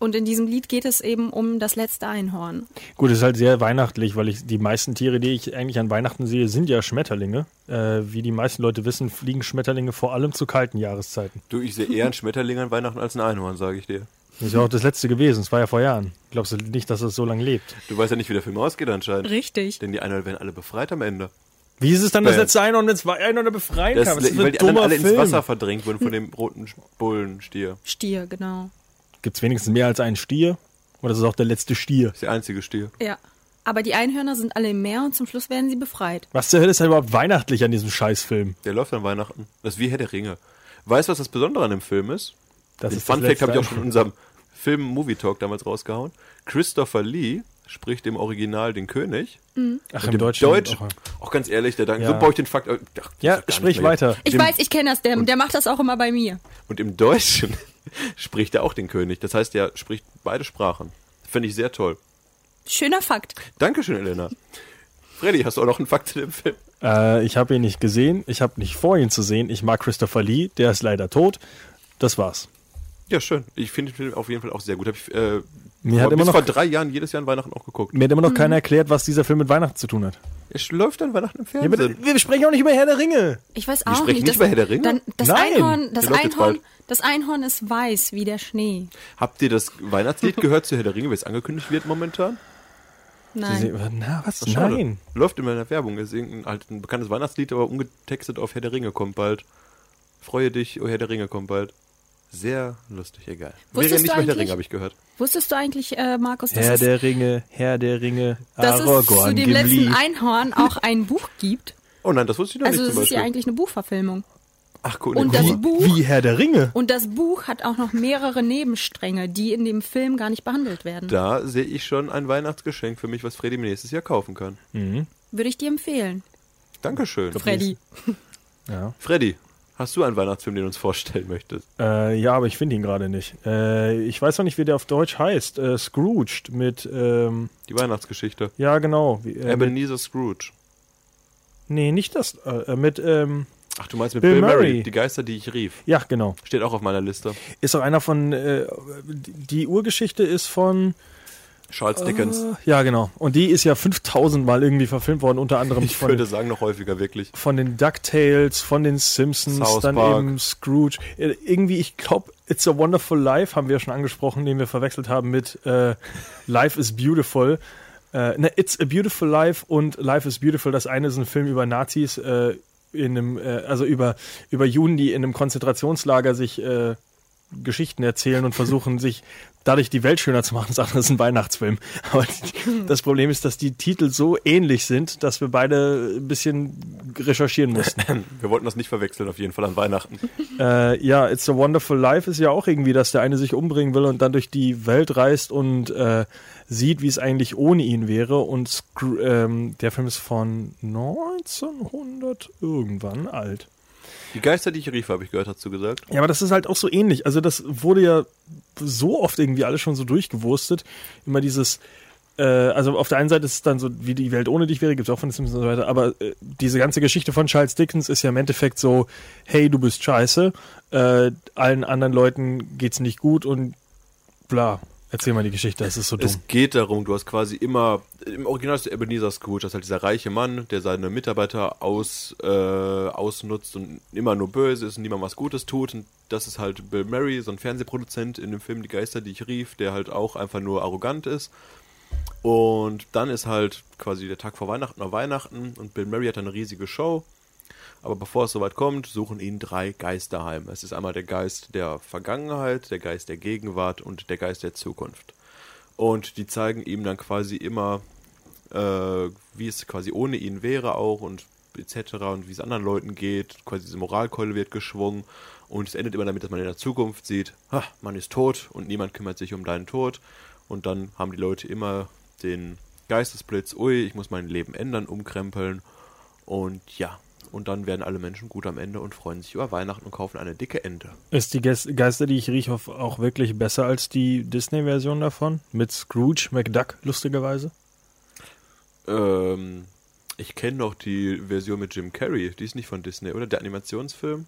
F: und in diesem Lied geht es eben um das letzte Einhorn.
D: Gut, es ist halt sehr weihnachtlich, weil ich die meisten Tiere, die ich eigentlich an Weihnachten sehe, sind ja Schmetterlinge. Äh, wie die meisten Leute wissen, fliegen Schmetterlinge vor allem zu kalten Jahreszeiten.
E: Du, ich sehe eher einen Schmetterling an Weihnachten als ein Einhorn, sage ich dir.
D: Das ist ja auch das letzte gewesen, es war ja vor Jahren. Glaubst du nicht, dass es so lange lebt?
E: Du weißt ja nicht, wie der Film ausgeht anscheinend.
F: Richtig.
E: Denn die Einhörner werden alle befreit am Ende.
D: Wie ist es dann das
E: Bam.
D: letzte Einhorn, wenn es Einhorn befreit
E: Das,
D: haben? Das ist
E: weil
D: ein
E: die anderen
D: dummer
E: alle ins Wasser
D: Film. Hm.
E: verdrängt wurden von dem roten Sch- Bullenstier.
F: Stier, genau.
D: Gibt es wenigstens mehr als einen Stier? Oder ist es auch der letzte Stier?
E: Das ist der einzige Stier.
F: Ja. Aber die Einhörner sind alle im Meer und zum Schluss werden sie befreit.
D: Was zur Hölle ist da überhaupt weihnachtlich an diesem Scheißfilm?
E: Der läuft an Weihnachten. Das ist wie Herr der Ringe. Weißt du, was das Besondere an dem Film ist?
D: Das
E: Den
D: ist das
E: Fun Fact
D: letzte
E: habe ich auch schon in
D: Einhorn.
E: unserem Film Movie Talk damals rausgehauen. Christopher Lee spricht im Original den König.
D: Ach,
E: Und
D: im
E: im
D: Deutschen.
E: Deutsch,
D: Auch.
E: auch ganz ehrlich, der Dank,
D: Ja.
E: so baue ich den Fakt. Ach,
D: Ja,
E: das ist gar
D: sprich
E: nicht mehr.
D: weiter.
F: Ich
E: Dem-
F: weiß, ich kenne das, der, der macht das auch immer bei mir.
E: Und im Deutschen spricht er auch den König. Das heißt, er spricht beide Sprachen. Finde ich sehr toll.
F: Schöner Fakt.
E: Dankeschön, Elena. Freddy, hast du auch noch einen Fakt zu dem Film?
D: Äh, ich habe ihn nicht gesehen, ich habe nicht vor, ihn zu sehen. Ich mag Christopher Lee, der ist leider tot. Das war's.
E: Ja, schön. Ich finde den Film auf jeden Fall auch sehr gut. Hab ich, äh,
D: Mir hat
E: vor-
D: immer
E: bis
D: noch-
E: vor drei Jahren jedes Jahr an Weihnachten auch geguckt.
D: Mir hat immer
F: Mhm.
D: noch keiner erklärt, was dieser Film mit Weihnachten zu tun hat.
E: Es läuft an Weihnachten im
D: Ja,
E: Fernsehen.
D: aber wir sprechen auch nicht über Herr der Ringe.
F: Ich weiß
E: Wir
F: auch
E: sprechen
F: nicht.
E: nicht
F: das-
E: über Herr der Ringe?
F: Dann, das,
D: Nein.
F: Einhorn, das,
E: Der läuft jetzt
F: Einhorn,
E: bald.
F: das Einhorn ist weiß wie der Schnee.
E: Habt ihr das Weihnachtslied gehört zu Herr der Ringe, wie es angekündigt wird momentan?
D: Sie
F: Nein.
D: sehen, na, was?
E: Das ist schade.
D: Nein.
E: Läuft immer in der Werbung. Ist irgendein halt ein bekanntes Weihnachtslied, aber umgetextet auf Herr der Ringe kommt bald. Freue dich, oh Herr der Ringe kommt bald. Sehr lustig, egal.
F: Wusstest
E: Wäre
F: du
E: nicht mehr Herr der
F: eigentlich-
E: Ringe, habe ich gehört.
F: Wusstest du eigentlich, äh, Markus, dass
D: Herr
F: es,
D: der Ringe, Herr der Ringe,
F: dass es zu
D: Aragorn,
F: dem
D: Gimli.
F: letzten Einhorn auch ein Buch gibt?
E: Oh nein, das wusste ich noch
F: Also
E: nicht
F: es
E: zum
F: ist ja
E: Beispiel.
F: eigentlich eine Buchverfilmung.
E: Ach cool,
F: Und
E: guck
F: das
E: mal.
F: Buch
D: Wie Herr der Ringe?
F: und das Buch hat auch noch mehrere Nebenstränge, die in dem Film gar nicht behandelt werden.
E: da sehe ich schon ein Weihnachtsgeschenk für mich, was Freddy mir nächstes Jahr kaufen kann.
D: Mhm.
F: Würde ich dir empfehlen,
E: Dankeschön.
F: Freddy.
E: Freddy, hast du einen Weihnachtsfilm, den du uns vorstellen möchtest?
D: Äh, ja, aber ich finde ihn gerade nicht. Äh, ich weiß noch nicht, wie der auf Deutsch heißt. Äh, Scrooged mit, ähm,
E: Die Weihnachtsgeschichte.
D: ja genau. Wie, äh, mit,
E: Ebenezer Scrooge.
D: nee, nicht das. Äh, mit, ähm,
E: Ach, du meinst mit
D: Bill
E: Bill, Murray.
D: Murray.
E: die Geister, die ich rief.
D: ja genau.
E: Steht auch auf meiner Liste.
D: Ist doch einer von, äh, die Urgeschichte ist von,
E: Charles Dickens.
D: äh, ja genau. Und die ist ja 5000 Mal irgendwie verfilmt worden, unter anderem
E: ich
D: von
E: würde sagen, noch häufiger, wirklich.
D: von den DuckTales, von den Simpsons,
E: South
D: dann
E: Park.
D: eben Scrooge. Äh, Irgendwie, ich glaube, It's a Wonderful Life haben wir schon angesprochen, den wir verwechselt haben mit äh, Life is Beautiful. Äh, ne, It's a Beautiful Life und Life is Beautiful. Das eine ist ein Film über Nazis, äh, in einem, äh, also über, über Juden, die in einem Konzentrationslager sich äh, Geschichten erzählen und versuchen, sich dadurch die Welt schöner zu machen. Das andere ist ein Weihnachtsfilm. Aber die, das Problem ist, dass die Titel so ähnlich sind, dass wir beide ein bisschen recherchieren mussten.
E: Wir wollten das nicht verwechseln, auf jeden Fall an Weihnachten.
D: äh, ja, It's a Wonderful Life ist ja auch irgendwie, dass der eine sich umbringen will und dann durch die Welt reist und äh, sieht, wie es eigentlich ohne ihn wäre. Und Scroo- ähm, der Film ist von 1900 irgendwann alt.
E: Die Geister, die ich rief, habe ich gehört, hast du gesagt.
D: Ja, aber das ist halt auch so ähnlich. Also das wurde ja so oft irgendwie alles schon so durchgewurstet. Immer dieses, äh, also auf der einen Seite ist es dann so, wie die Welt ohne dich wäre, gibt's auch von den Simpsons und so weiter, aber äh, diese ganze Geschichte von Charles Dickens ist ja im Endeffekt so, hey, du bist scheiße, äh, allen anderen Leuten geht's nicht gut und bla. Erzähl mal die Geschichte, das ist so dumm.
E: Es geht darum, du hast quasi immer, im Original ist der Ebenezer Scrooge, das ist halt dieser reiche Mann, der seine Mitarbeiter aus, äh, ausnutzt und immer nur böse ist und niemand was Gutes tut. Und das ist halt Bill Murray, so ein Fernsehproduzent in dem Film Die Geister, die ich rief, der halt auch einfach nur arrogant ist. Und dann ist halt quasi der Tag vor Weihnachten oder Weihnachten und Bill Murray hat eine riesige Show. Aber bevor es soweit kommt, suchen ihn drei Geister heim. Es ist einmal der Geist der Vergangenheit, der Geist der Gegenwart und der Geist der Zukunft. Und die zeigen ihm dann quasi immer, äh, wie es quasi ohne ihn wäre auch und etc. und wie es anderen Leuten geht. Quasi diese Moralkeule wird geschwungen und es endet immer damit, dass man in der Zukunft sieht, ha, man ist tot und niemand kümmert sich um deinen Tod. Und dann haben die Leute immer den Geistesblitz, ui, ich muss mein Leben ändern, umkrempeln. Und ja, und dann werden alle Menschen gut am Ende und freuen sich über Weihnachten und kaufen eine dicke Ente.
D: Ist die Ges- Geister, die ich rieche, auf- auch wirklich besser als die Disney-Version davon? Mit Scrooge McDuck, lustigerweise?
E: Ähm, ich kenne noch die Version mit Jim Carrey. Die ist nicht von Disney, oder? Der Animationsfilm.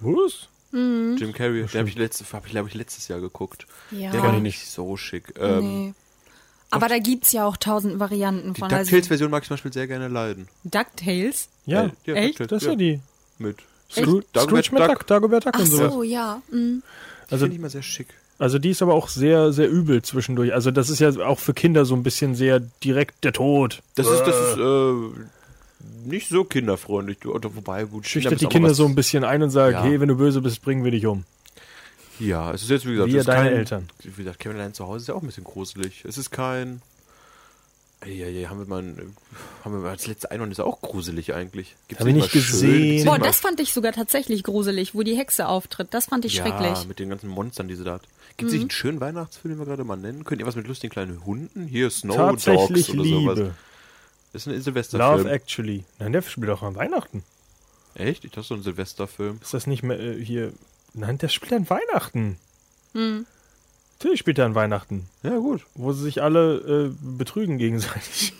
D: Was?
E: Jim Carrey, den habe ich, letzte, hab ich, glaub ich, letztes Jahr geguckt.
F: Mhm. Ja.
E: Der war nicht so schick. Ähm,
F: Nee. Aber da gibt's ja auch tausend Varianten
E: Die
F: von. also
E: DuckTales-Version mag ich zum Beispiel sehr gerne leiden.
F: DuckTales?
D: Ja,
E: Äh, ja,
F: echt?
E: DuckTales,
D: das ist ja die.
E: Mit.
D: Scroo Scrooge
E: Dagobert
D: McDuck,
E: Duck.
D: Dagobert Duck
F: Ach
D: und sowas.
F: so, ja. Mhm.
E: Also,
D: Also,
E: Finde ich mal sehr schick.
D: also die ist aber auch sehr, sehr übel zwischendurch. Also das ist ja auch für Kinder so ein bisschen sehr direkt der Tod.
E: Das ist, das ist äh, nicht so kinderfreundlich. Du- Oder wobei, gut.
D: Schüchtert die Kinder so ein bisschen ein und sagt,
E: Ja.
D: hey, wenn du böse bist, bringen wir dich um.
E: bisschen. Ja, es ist jetzt, wie gesagt,
D: Wie
E: es ist
D: deine
E: kein,
D: Eltern.
E: Wie gesagt, Kevin allein zu Hause ist ja auch ein bisschen gruselig. Es ist kein. Eieiei, haben wir mal. ein- Haben wir mal das letzte Einhorn ist auch gruselig eigentlich. Gibt's
D: Hab ich
E: nicht
D: nicht
E: mal schön?
D: gesehen.
E: Gibt's nicht
F: Boah,
E: mal-
F: das fand ich sogar tatsächlich gruselig, wo die Hexe auftritt. Das fand ich schrecklich. Mhm.
E: mit den ganzen Monstern, die sie da hat. Gibt es nicht einen schönen Weihnachtsfilm, den wir gerade mal nennen? Könnt ihr was mit lustigen kleinen Hunden? Hier Snow Dogs oder
D: Tatsächlich Liebe.
E: sowas. Das ist ein
D: Love
E: Silvesterfilm.
D: Actually. Nein, der spielt auch an Weihnachten.
E: Echt? Ich dachte, so ein Silvesterfilm.
D: Ist das nicht mehr äh, hier... Nein, der spielt an Weihnachten. Natürlich spielt er an Weihnachten,
E: Ja, gut.
D: wo sie sich alle äh, betrügen gegenseitig.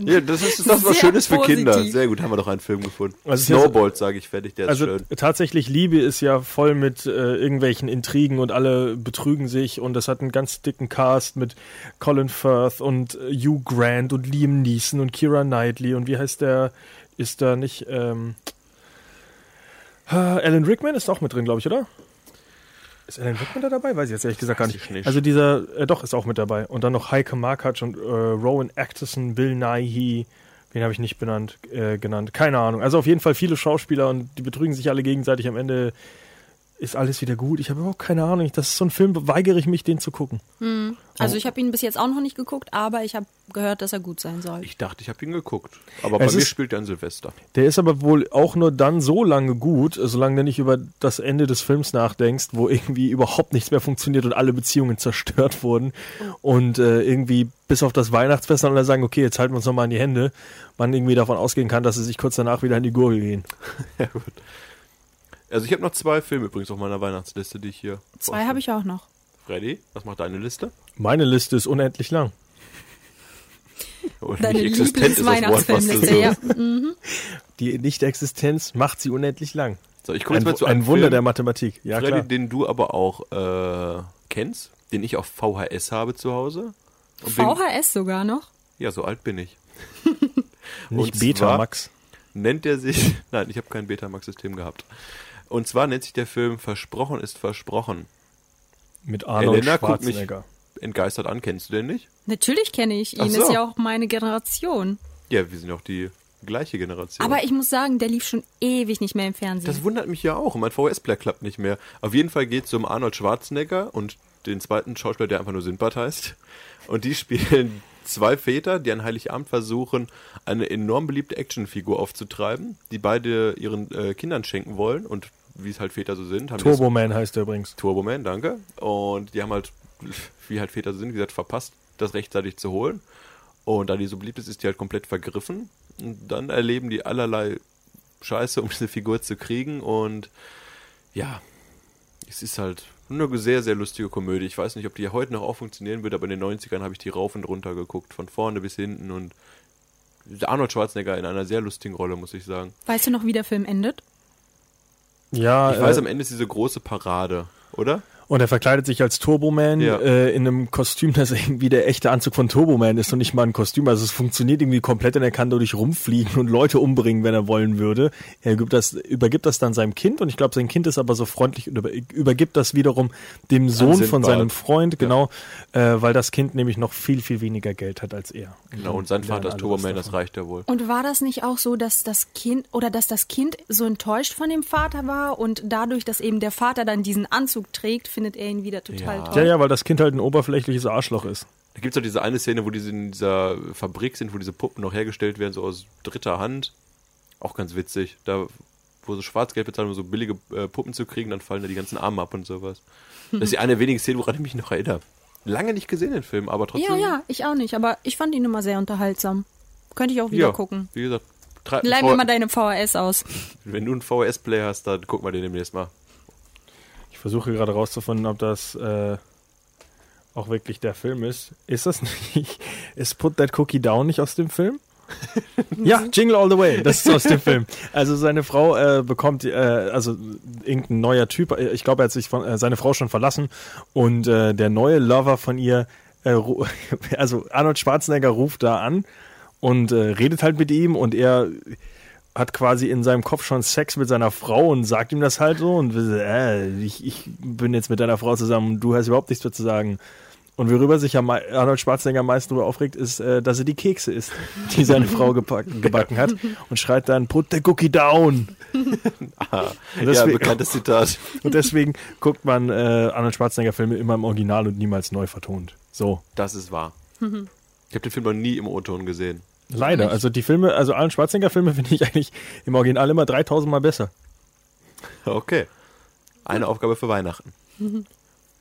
E: Ja, das ist das ist was
F: Sehr
E: Schönes für
F: positiv.
E: Kinder. Sehr gut, haben wir doch einen Film gefunden.
D: Also es ist ja so-
E: Snowballs, sage ich fertig, der ist
D: Also
E: schön.
D: tatsächlich, Liebe ist ja voll mit äh, irgendwelchen Intrigen und alle betrügen sich und das hat einen ganz dicken Cast mit Colin Firth und äh, Hugh Grant und Liam Neeson und Kira Knightley und wie heißt der, ist da nicht, ähm, äh, Alan Rickman ist auch mit drin, glaube ich, oder? Ist Alan Rickman da dabei? Weiß ich jetzt ehrlich gesagt gar nicht. Also dieser, äh, doch, ist auch mit dabei. Und dann noch Heike Markatsch und äh, Rowan Atkinson, Bill Nighy, wen habe ich nicht benannt, äh, genannt. Keine Ahnung. Also auf jeden Fall viele Schauspieler und die betrügen sich alle gegenseitig. Am Ende ist alles wieder gut. Ich habe überhaupt keine Ahnung. Das ist so ein Film, weigere ich mich, den zu gucken.
F: Also ich habe ihn bis jetzt auch noch nicht geguckt, aber ich habe gehört, dass er gut sein soll.
E: Ich dachte, ich habe ihn geguckt. Aber
D: Es
E: bei mir
D: ist-
E: spielt er an Silvester.
D: Der ist aber wohl auch nur dann so lange gut, solange du nicht über das Ende des Films nachdenkst, wo irgendwie überhaupt nichts mehr funktioniert und alle Beziehungen zerstört wurden. Und äh, irgendwie bis auf das Weihnachtsfest dann alle sagen, okay, jetzt halten wir uns nochmal an die Hände. Man irgendwie davon ausgehen kann, dass sie sich kurz danach wieder in die Gurgel gehen.
E: Ja, gut. Also ich habe noch zwei Filme übrigens auf meiner Weihnachtsliste, die ich hier.
F: Zwei habe ich auch noch.
E: Freddy, was macht deine Liste?
D: Meine Liste ist unendlich lang.
E: Oder
F: Deine
E: nicht existent Oh, ist das Wort, was du
F: Lieblings-Weihnachtsfilmliste,
E: suchst.
F: ja. Mhm.
D: Die Nichtexistenz macht sie unendlich lang.
E: So, ich komme
D: Ein,
E: jetzt mal zu einem
D: ein Wunder
E: Film,
D: der Mathematik. Ja,
E: Freddy,
D: klar.
E: den du aber auch äh, kennst, den ich auf VHS habe zu Hause. Und den-
F: VHS sogar noch.
E: Ja, so alt bin ich.
D: Nicht
E: und
D: Beta,
E: zwar-
D: Max.
E: Nennt er sich. Nein, ich habe kein Betamax-System gehabt. Und zwar nennt sich der Film Versprochen ist versprochen.
D: Mit Arnold
E: Elena guckt mich-
D: Schwarzenegger.
E: Entgeistert an, kennst du den nicht?
F: Natürlich kenne ich
E: Ach
F: ihn,
E: so.
F: ist ja auch meine Generation.
E: Ja, wir sind auch die gleiche Generation.
F: Aber ich muss sagen, der lief schon ewig nicht mehr im Fernsehen.
E: Das wundert mich ja auch. Mein VHS-Player klappt nicht mehr. Auf jeden Fall geht es um Arnold Schwarzenegger und den zweiten Schauspieler, der einfach nur Sindbad heißt. Und die spielen zwei Väter, die an Heiligabend versuchen, eine enorm beliebte Actionfigur aufzutreiben, die beide ihren äh, Kindern schenken wollen. Und wie es halt Väter so sind, haben die das-
D: Turboman heißt er übrigens.
E: Turboman, danke. Und die haben halt, wie halt Väter sind, wie gesagt, verpasst, das rechtzeitig zu holen. Und da die so beliebt ist, ist die halt komplett vergriffen. Und dann erleben die allerlei Scheiße, um diese Figur zu kriegen. Und ja, es ist halt eine sehr, sehr lustige Komödie. Ich weiß nicht, ob die heute noch auch funktionieren wird, aber in den 90ern habe ich die rauf und runter geguckt, von vorne bis hinten. Und Arnold Schwarzenegger in einer sehr lustigen Rolle, muss ich sagen.
F: weißt du noch, wie der Film endet?
D: Ja, äh,
E: Ich weiß, am Ende ist diese große Parade, oder?
D: Und er verkleidet sich als Turboman
E: Ja.
D: äh, in einem Kostüm, das irgendwie der echte Anzug von Turboman ist und nicht mal ein Kostüm. Also es funktioniert irgendwie komplett und er kann dadurch rumfliegen und Leute umbringen, wenn er wollen würde. Er gibt das, übergibt das dann seinem Kind und ich glaube, sein Kind ist aber so freundlich und über, übergibt das wiederum dem Sohn von
E: Sindbad.
D: seinem Freund, genau, äh, weil das Kind nämlich noch viel, viel weniger Geld hat als er.
E: Genau, und sein Vater ist
D: alle
E: Turboman,
D: was
E: das reicht ja wohl.
F: Und war das nicht auch so, dass das Kind oder dass das Kind so enttäuscht von dem Vater war und dadurch, dass eben der Vater dann diesen Anzug trägt, findet er ihn wieder total
E: Ja.
F: toll.
D: Ja, ja, weil das Kind halt ein oberflächliches Arschloch ist.
E: Da gibt es doch diese eine Szene, wo diese in dieser Fabrik sind, wo diese Puppen noch hergestellt werden, so aus dritter Hand. Auch ganz witzig. Da, wo sie Schwarzgeld bezahlen, um so billige äh, Puppen zu kriegen, dann fallen da die ganzen Arme ab und sowas.
F: Hm.
E: Das ist die eine der wenigen Szenen, woran ich mich noch erinnere. Lange nicht gesehen, den Film, aber trotzdem.
F: Ja, ja, ich auch nicht, aber ich fand ihn immer sehr unterhaltsam. Könnte ich auch wieder
E: Ja,
F: gucken.
E: Wie gesagt, treib,
F: Leih
E: V-
F: mir mal deine VHS aus.
E: wenn du einen VHS-Player hast, dann guck mal den demnächst mal.
D: Ich versuche gerade rauszufinden, ob das äh, auch wirklich der Film ist. Ist das nicht? Ist Put That Cookie Down nicht aus dem Film? ja, Jingle All the Way, das ist aus dem Film. Also seine Frau äh, bekommt, äh, also irgendein neuer Typ, äh, ich glaube, er hat sich von, äh, seine Frau schon verlassen und äh, der neue Lover von ihr, äh, ru- also Arnold Schwarzenegger ruft da an und äh, redet halt mit ihm und er hat quasi in seinem Kopf schon Sex mit seiner Frau und sagt ihm das halt so und wir so, äh, ich, ich bin jetzt mit deiner Frau zusammen und du hast überhaupt nichts mehr zu sagen. Und worüber sich am mei- Arnold Schwarzenegger am meisten darüber aufregt, ist, äh, dass er die Kekse isst, die seine Frau gebacken, gebacken hat und schreit dann, put the cookie down. Und
E: ja,
D: deswegen-
E: bekanntes Zitat.
D: Und deswegen guckt man äh, Arnold Schwarzenegger Filme immer im Original und niemals neu vertont. So.
E: Das ist wahr.
F: Mhm.
E: Ich habe den Film noch nie im O-Ton gesehen.
D: Leider. Also die Filme, also Arnold Schwarzenegger Filme finde ich eigentlich im Original immer 3000 Mal besser.
E: Okay. Eine Aufgabe für Weihnachten.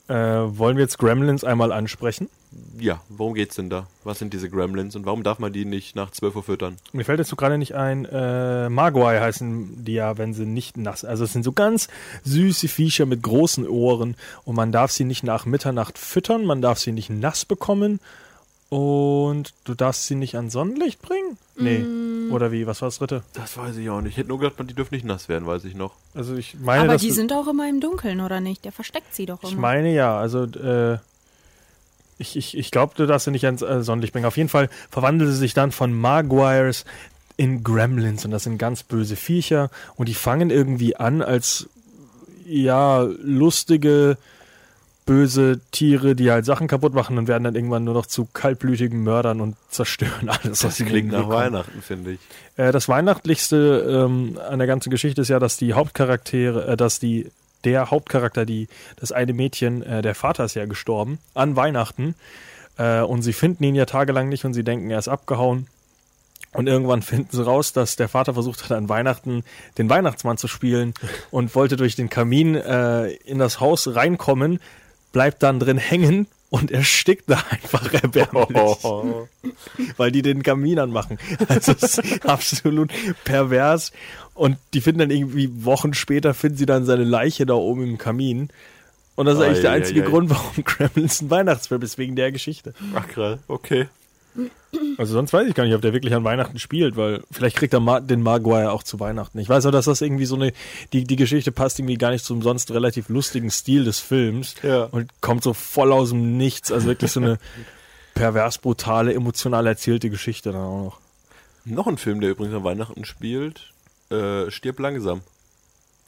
D: Äh, wollen wir jetzt Gremlins einmal ansprechen?
E: Ja, worum geht's denn da? Was sind diese Gremlins und warum darf man die nicht nach 12 Uhr füttern?
D: Mir fällt jetzt so gerade nicht ein, äh, Maguai heißen die ja, wenn sie nicht nass. Also es sind so ganz süße Viecher mit großen Ohren und man darf sie nicht nach Mitternacht füttern, man darf sie nicht nass bekommen und du darfst sie nicht an Sonnenlicht bringen? Nee.
F: Mm.
D: Oder wie? Was war das dritte?
E: Das weiß ich auch nicht. Ich hätte nur gedacht, man, die dürfen nicht nass werden, weiß ich noch.
D: Also ich meine,
F: Aber
D: dass
F: die
D: du-
F: sind auch immer im Dunkeln, oder nicht? Der versteckt sie doch immer.
D: Ich meine ja, also äh, ich, ich, ich glaube, du darfst sie nicht ans äh, Sonnenlicht bringen. Auf jeden Fall verwandeln sie sich dann von Maguires in Gremlins und das sind ganz böse Viecher und die fangen irgendwie an als ja lustige böse Tiere, die halt Sachen kaputt machen und werden dann irgendwann nur noch zu kaltblütigen Mördern und zerstören alles, was
E: Das
D: sie
E: klingt nach
D: irgendwie kommen.
E: Weihnachten, finde ich.
D: Äh, das Weihnachtlichste ähm, an der ganzen Geschichte ist ja, dass die Hauptcharaktere, äh, dass die der Hauptcharakter, die das eine Mädchen, äh, der Vater ist ja gestorben an Weihnachten äh, und sie finden ihn ja tagelang nicht und sie denken, er ist abgehauen. Und irgendwann finden sie raus, dass der Vater versucht hat, an Weihnachten den Weihnachtsmann zu spielen und wollte durch den Kamin äh, in das Haus reinkommen, bleibt dann drin hängen und erstickt da einfach erbärmlich
E: Oh.
D: weil die den Kamin anmachen. Also es ist absolut pervers. Und die finden dann irgendwie Wochen später finden sie dann seine Leiche da oben im Kamin. Und das ist eigentlich der
E: Ei, ei,
D: einzige
E: ei.
D: Grund, warum Gremlins ein Weihnachtsfilm ist, wegen der Geschichte.
E: Ach, krass. Okay.
D: Also sonst weiß ich gar nicht, ob der wirklich an Weihnachten spielt, weil vielleicht kriegt er Ma den Maguire auch zu Weihnachten. Ich weiß nur, dass das irgendwie so eine, die, die Geschichte passt irgendwie gar nicht zum sonst relativ lustigen Stil des Films
E: Ja.
D: und kommt so voll aus dem Nichts. Also wirklich so eine pervers brutale, emotional erzählte Geschichte dann auch noch.
E: Noch ein Film, der übrigens an Weihnachten spielt. Äh, Stirb langsam.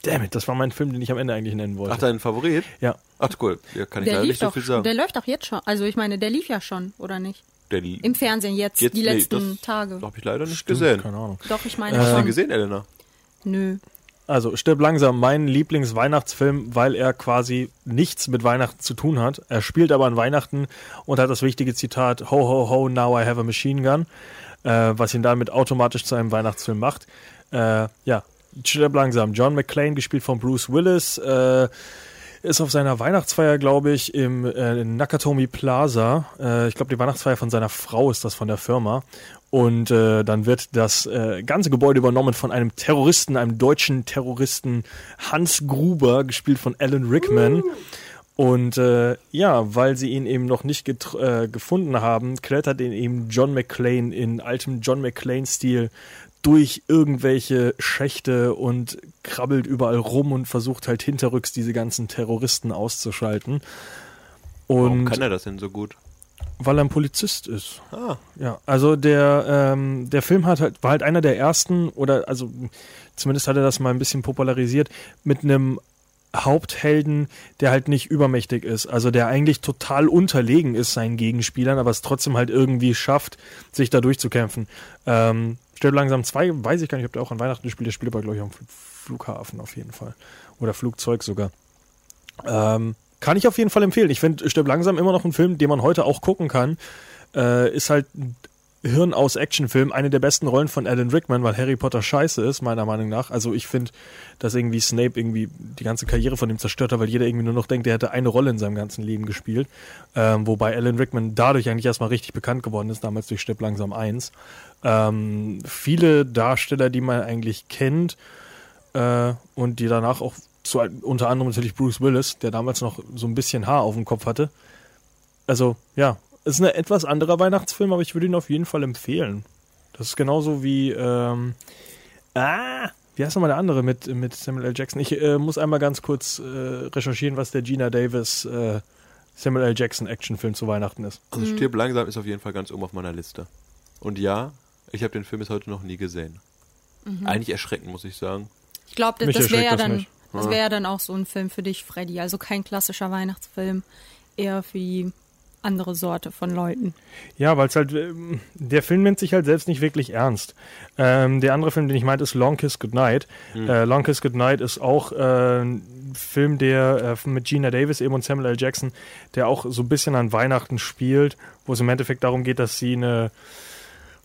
D: Damn it, das war mein Film, den ich am Ende eigentlich nennen wollte.
E: Ach, dein Favorit?
D: ja.
E: Ach, cool. Ja, kann ich
F: Der
E: leider
F: lief
E: nicht so
F: doch,
E: viel sagen.
F: der läuft doch jetzt schon. Also ich meine, der lief ja schon, oder nicht?
E: Der li-
F: Im Fernsehen jetzt, die
E: nee,
F: letzten
E: das
F: Tage.
E: Hab ich leider nicht
D: Stimmt,
E: gesehen.
D: Keine Ahnung.
F: Doch, ich meine
E: Hast du ihn
F: schon.
E: gesehen, Elena?
F: Nö.
D: Also, stirb langsam, mein Lieblingsweihnachtsfilm, weil er quasi nichts mit Weihnachten zu tun hat. Er spielt aber an Weihnachten und hat das wichtige Zitat, ho, ho, ho, now I have a machine gun, äh, was ihn damit automatisch zu einem Weihnachtsfilm macht. Äh, ja, stirb langsam. John McClane, gespielt von Bruce Willis, äh, ist auf seiner Weihnachtsfeier, glaube ich, im äh, in Nakatomi Plaza. Äh, ich glaube, die Weihnachtsfeier von seiner Frau ist das von der Firma. Und äh, dann wird das äh, ganze Gebäude übernommen von einem Terroristen, einem deutschen Terroristen Hans Gruber, gespielt von Alan Rickman. Und äh, ja, weil sie ihn eben noch nicht getr- äh, gefunden haben, klettert ihn eben John McClane in altem John McClane-Stil durch irgendwelche Schächte und krabbelt überall rum und versucht halt hinterrücks diese ganzen Terroristen auszuschalten.
E: Warum
D: Und
E: kann er das denn so gut?
D: weil er ein Polizist ist.
E: Ah,
D: Ja, also der, ähm, der Film hat halt, war halt einer der ersten, oder also zumindest hat er das mal ein bisschen popularisiert, mit einem Haupthelden, der halt nicht übermächtig ist. Also der eigentlich total unterlegen ist seinen Gegenspielern, aber es trotzdem halt irgendwie schafft, sich da durchzukämpfen. Ähm, Stirb langsam 2, weiß ich gar nicht, ob der auch an Weihnachten spielt. Der spielt aber, glaube ich, am Fl- Flughafen auf jeden Fall. Oder Flugzeug sogar. Ähm, kann ich auf jeden Fall empfehlen. Ich finde Stirb langsam immer noch ein Film, den man heute auch gucken kann äh, ist halt ein Hirn aus Actionfilm, eine der besten Rollen von Alan Rickman, weil Harry Potter scheiße ist, meiner Meinung nach. Also ich finde, dass irgendwie Snape irgendwie die ganze Karriere von ihm zerstört hat, weil jeder irgendwie nur noch denkt, er hätte eine Rolle in seinem ganzen Leben gespielt. Ähm, wobei Alan Rickman dadurch eigentlich erstmal richtig bekannt geworden ist, damals durch Step Langsam 1. Ähm, viele Darsteller, die man eigentlich kennt, äh, und die danach auch zu, unter anderem natürlich Bruce Willis, der damals noch so ein bisschen Haar auf dem Kopf hatte. Also, ja, ist ein etwas anderer Weihnachtsfilm, aber ich würde ihn auf jeden Fall empfehlen. Das ist genauso wie, ähm, ah, wie heißt nochmal der andere mit, mit Samuel L. Jackson? Ich äh, muss einmal ganz kurz äh, recherchieren, was der Gina Davis äh, Samuel L. Jackson Actionfilm zu Weihnachten ist.
E: also Stirb langsam ist auf jeden Fall ganz oben auf meiner Liste. Und ja, ich habe den Film bis heute noch nie gesehen.
D: Mhm.
E: Eigentlich erschreckend, muss ich sagen.
F: Ich glaube, das,
D: Mich
F: das wäre ja
D: erschreckt das
F: dann,
D: nicht.
F: das wäre ja dann auch so ein Film für dich, Freddy. Also kein klassischer Weihnachtsfilm, eher für die andere Sorte von Leuten.
D: Ja, weil es halt, ähm, der Film nimmt sich halt selbst nicht wirklich ernst. Ähm, der andere Film, den ich meinte, ist Long Kiss Goodnight. Äh, Long Kiss Goodnight ist auch äh, ein Film, der äh, mit Gina Davis eben und Samuel L. Jackson, der auch so ein bisschen an Weihnachten spielt, wo es im Endeffekt darum geht, dass sie eine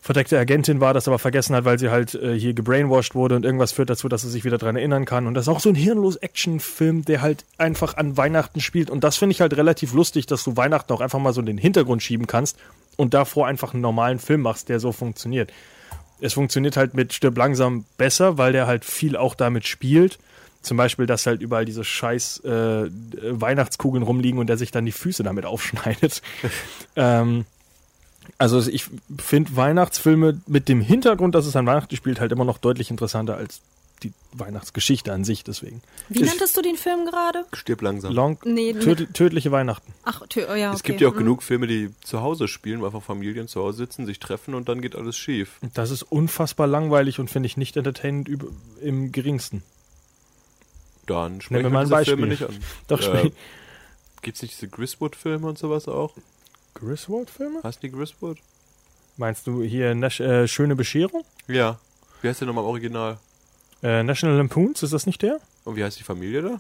D: verdeckte Agentin war, das aber vergessen hat, weil sie halt äh, hier gebrainwashed wurde und irgendwas führt dazu, dass sie sich wieder dran erinnern kann. Und das ist auch so ein hirnlos Actionfilm, der halt einfach an Weihnachten spielt. Und das finde ich halt relativ lustig, dass du Weihnachten auch einfach mal so in den Hintergrund schieben kannst und davor einfach einen normalen Film machst, der so funktioniert. Es funktioniert halt mit Stirb langsam besser, weil der halt viel auch damit spielt. Zum Beispiel, dass halt überall diese scheiß äh, Weihnachtskugeln rumliegen und der sich dann die Füße damit aufschneidet. ähm, also ich finde Weihnachtsfilme mit dem Hintergrund, dass es an Weihnachten spielt, halt immer noch deutlich interessanter als die Weihnachtsgeschichte an sich. Deswegen.
F: Wie nanntest du den Film gerade?
E: Stirb langsam.
D: Long,
F: Nee, nee.
D: tödl- tödliche Weihnachten.
F: Ach, tö, oh ja, okay.
E: Es gibt ja auch
F: Mhm.
E: genug Filme, die zu Hause spielen, wo einfach Familien zu Hause sitzen, sich treffen und dann geht alles schief.
D: Das ist unfassbar langweilig und finde ich nicht entertainend üb- im geringsten.
E: Dann
D: Nehmen wir
E: sprechen
D: mal
E: wir
D: ein
E: diese
D: Beispiel.
E: Filme nicht an.
D: Doch,
E: Äh,
D: spiel-
E: Gibt es nicht diese Griswold-Filme und sowas auch?
D: Griswold-Filme?
E: Hast du die Griswold?
D: Meinst du hier Nash äh, Schöne Bescherung?
E: Ja. Wie heißt der nochmal im Original?
D: Äh, National Lampoons, ist das nicht der?
E: Und wie heißt die Familie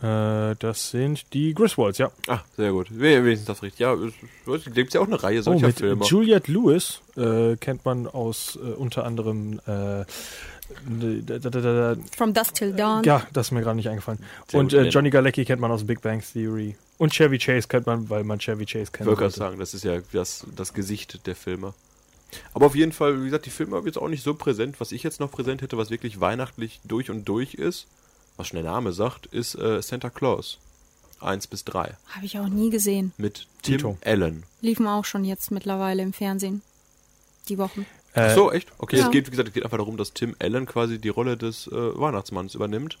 E: da?
D: Äh, das sind die Griswolds, ja.
E: Ah, sehr gut. We- Wenigstens das richtig. Ja, gibt es ja auch eine Reihe
D: Oh,
E: solcher
D: mit
E: Filme.
D: Juliette Lewis äh, kennt man aus äh, unter anderem äh, da, da, da, da,
F: From Dusk Till Dawn.
D: ja, das ist mir gerade nicht eingefallen.
E: Sehr
D: Und
E: gut,
D: äh,
E: ja.
D: Johnny Galecki kennt man aus Big Bang Theory. Und Chevy Chase kennt man, weil man Chevy Chase
E: Ich
D: kennt.
E: wollte gerade sagen, das ist ja das, das Gesicht der Filme. Aber auf jeden Fall, wie gesagt, die Filme haben jetzt auch nicht so präsent. Was ich jetzt noch präsent hätte, was wirklich weihnachtlich durch und durch ist, was schon der Name sagt, ist äh, Santa Claus. Eins bis drei.
F: Habe ich auch nie gesehen.
E: Mit Tim
D: Tito.
E: Allen.
F: Liefen auch schon jetzt mittlerweile im Fernsehen. Die Wochen.
D: Äh,
E: Ach so, echt? Okay,
F: Ja.
E: es geht, wie gesagt, es geht einfach darum, dass Tim Allen quasi die Rolle des äh, Weihnachtsmanns übernimmt.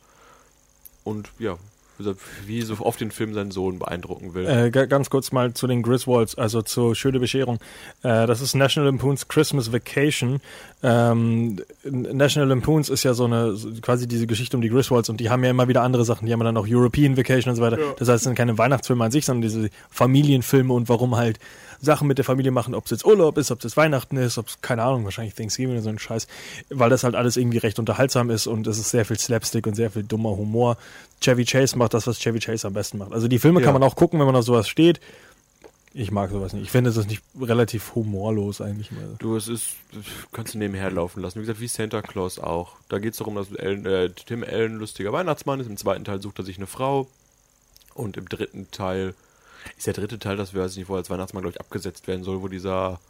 E: Und ja, wie gesagt, wie so oft den Film seinen Sohn beeindrucken will.
D: Äh, ga- ganz kurz mal zu den Griswolds, also zur Schöne Bescherung. Äh, das ist National Lampoons Christmas Vacation. Ähm, N- National Lampoons ist ja so eine, so quasi diese Geschichte um die Griswolds und die haben ja immer wieder andere Sachen. Die haben dann auch European Vacation und so weiter. Das heißt, es sind keine Weihnachtsfilme an sich, sondern diese Familienfilme und warum halt Sachen mit der Familie machen, ob es jetzt Urlaub ist, ob es jetzt Weihnachten ist, ob es, keine Ahnung, wahrscheinlich Thanksgiving oder so ein Scheiß, weil das halt alles irgendwie recht unterhaltsam ist und es ist sehr viel Slapstick und sehr viel dummer Humor. Chevy Chase macht das, was Chevy Chase am besten macht. Also die Filme
E: Ja.
D: kann man auch gucken, wenn man auf sowas steht. Ich mag sowas nicht. Ich finde das nicht relativ humorlos eigentlich. Mal.
E: Du, es ist, kannst du nebenher laufen lassen. Wie gesagt, wie Santa Claus auch. Da geht es darum, dass Ellen, äh, Tim Allen ein lustiger Weihnachtsmann ist. Im zweiten Teil sucht er sich eine Frau. Und im dritten Teil ist der dritte Teil, dass wir weiß ich nicht, wo er als Weihnachtsmann, glaube ich, abgesetzt werden soll, wo dieser,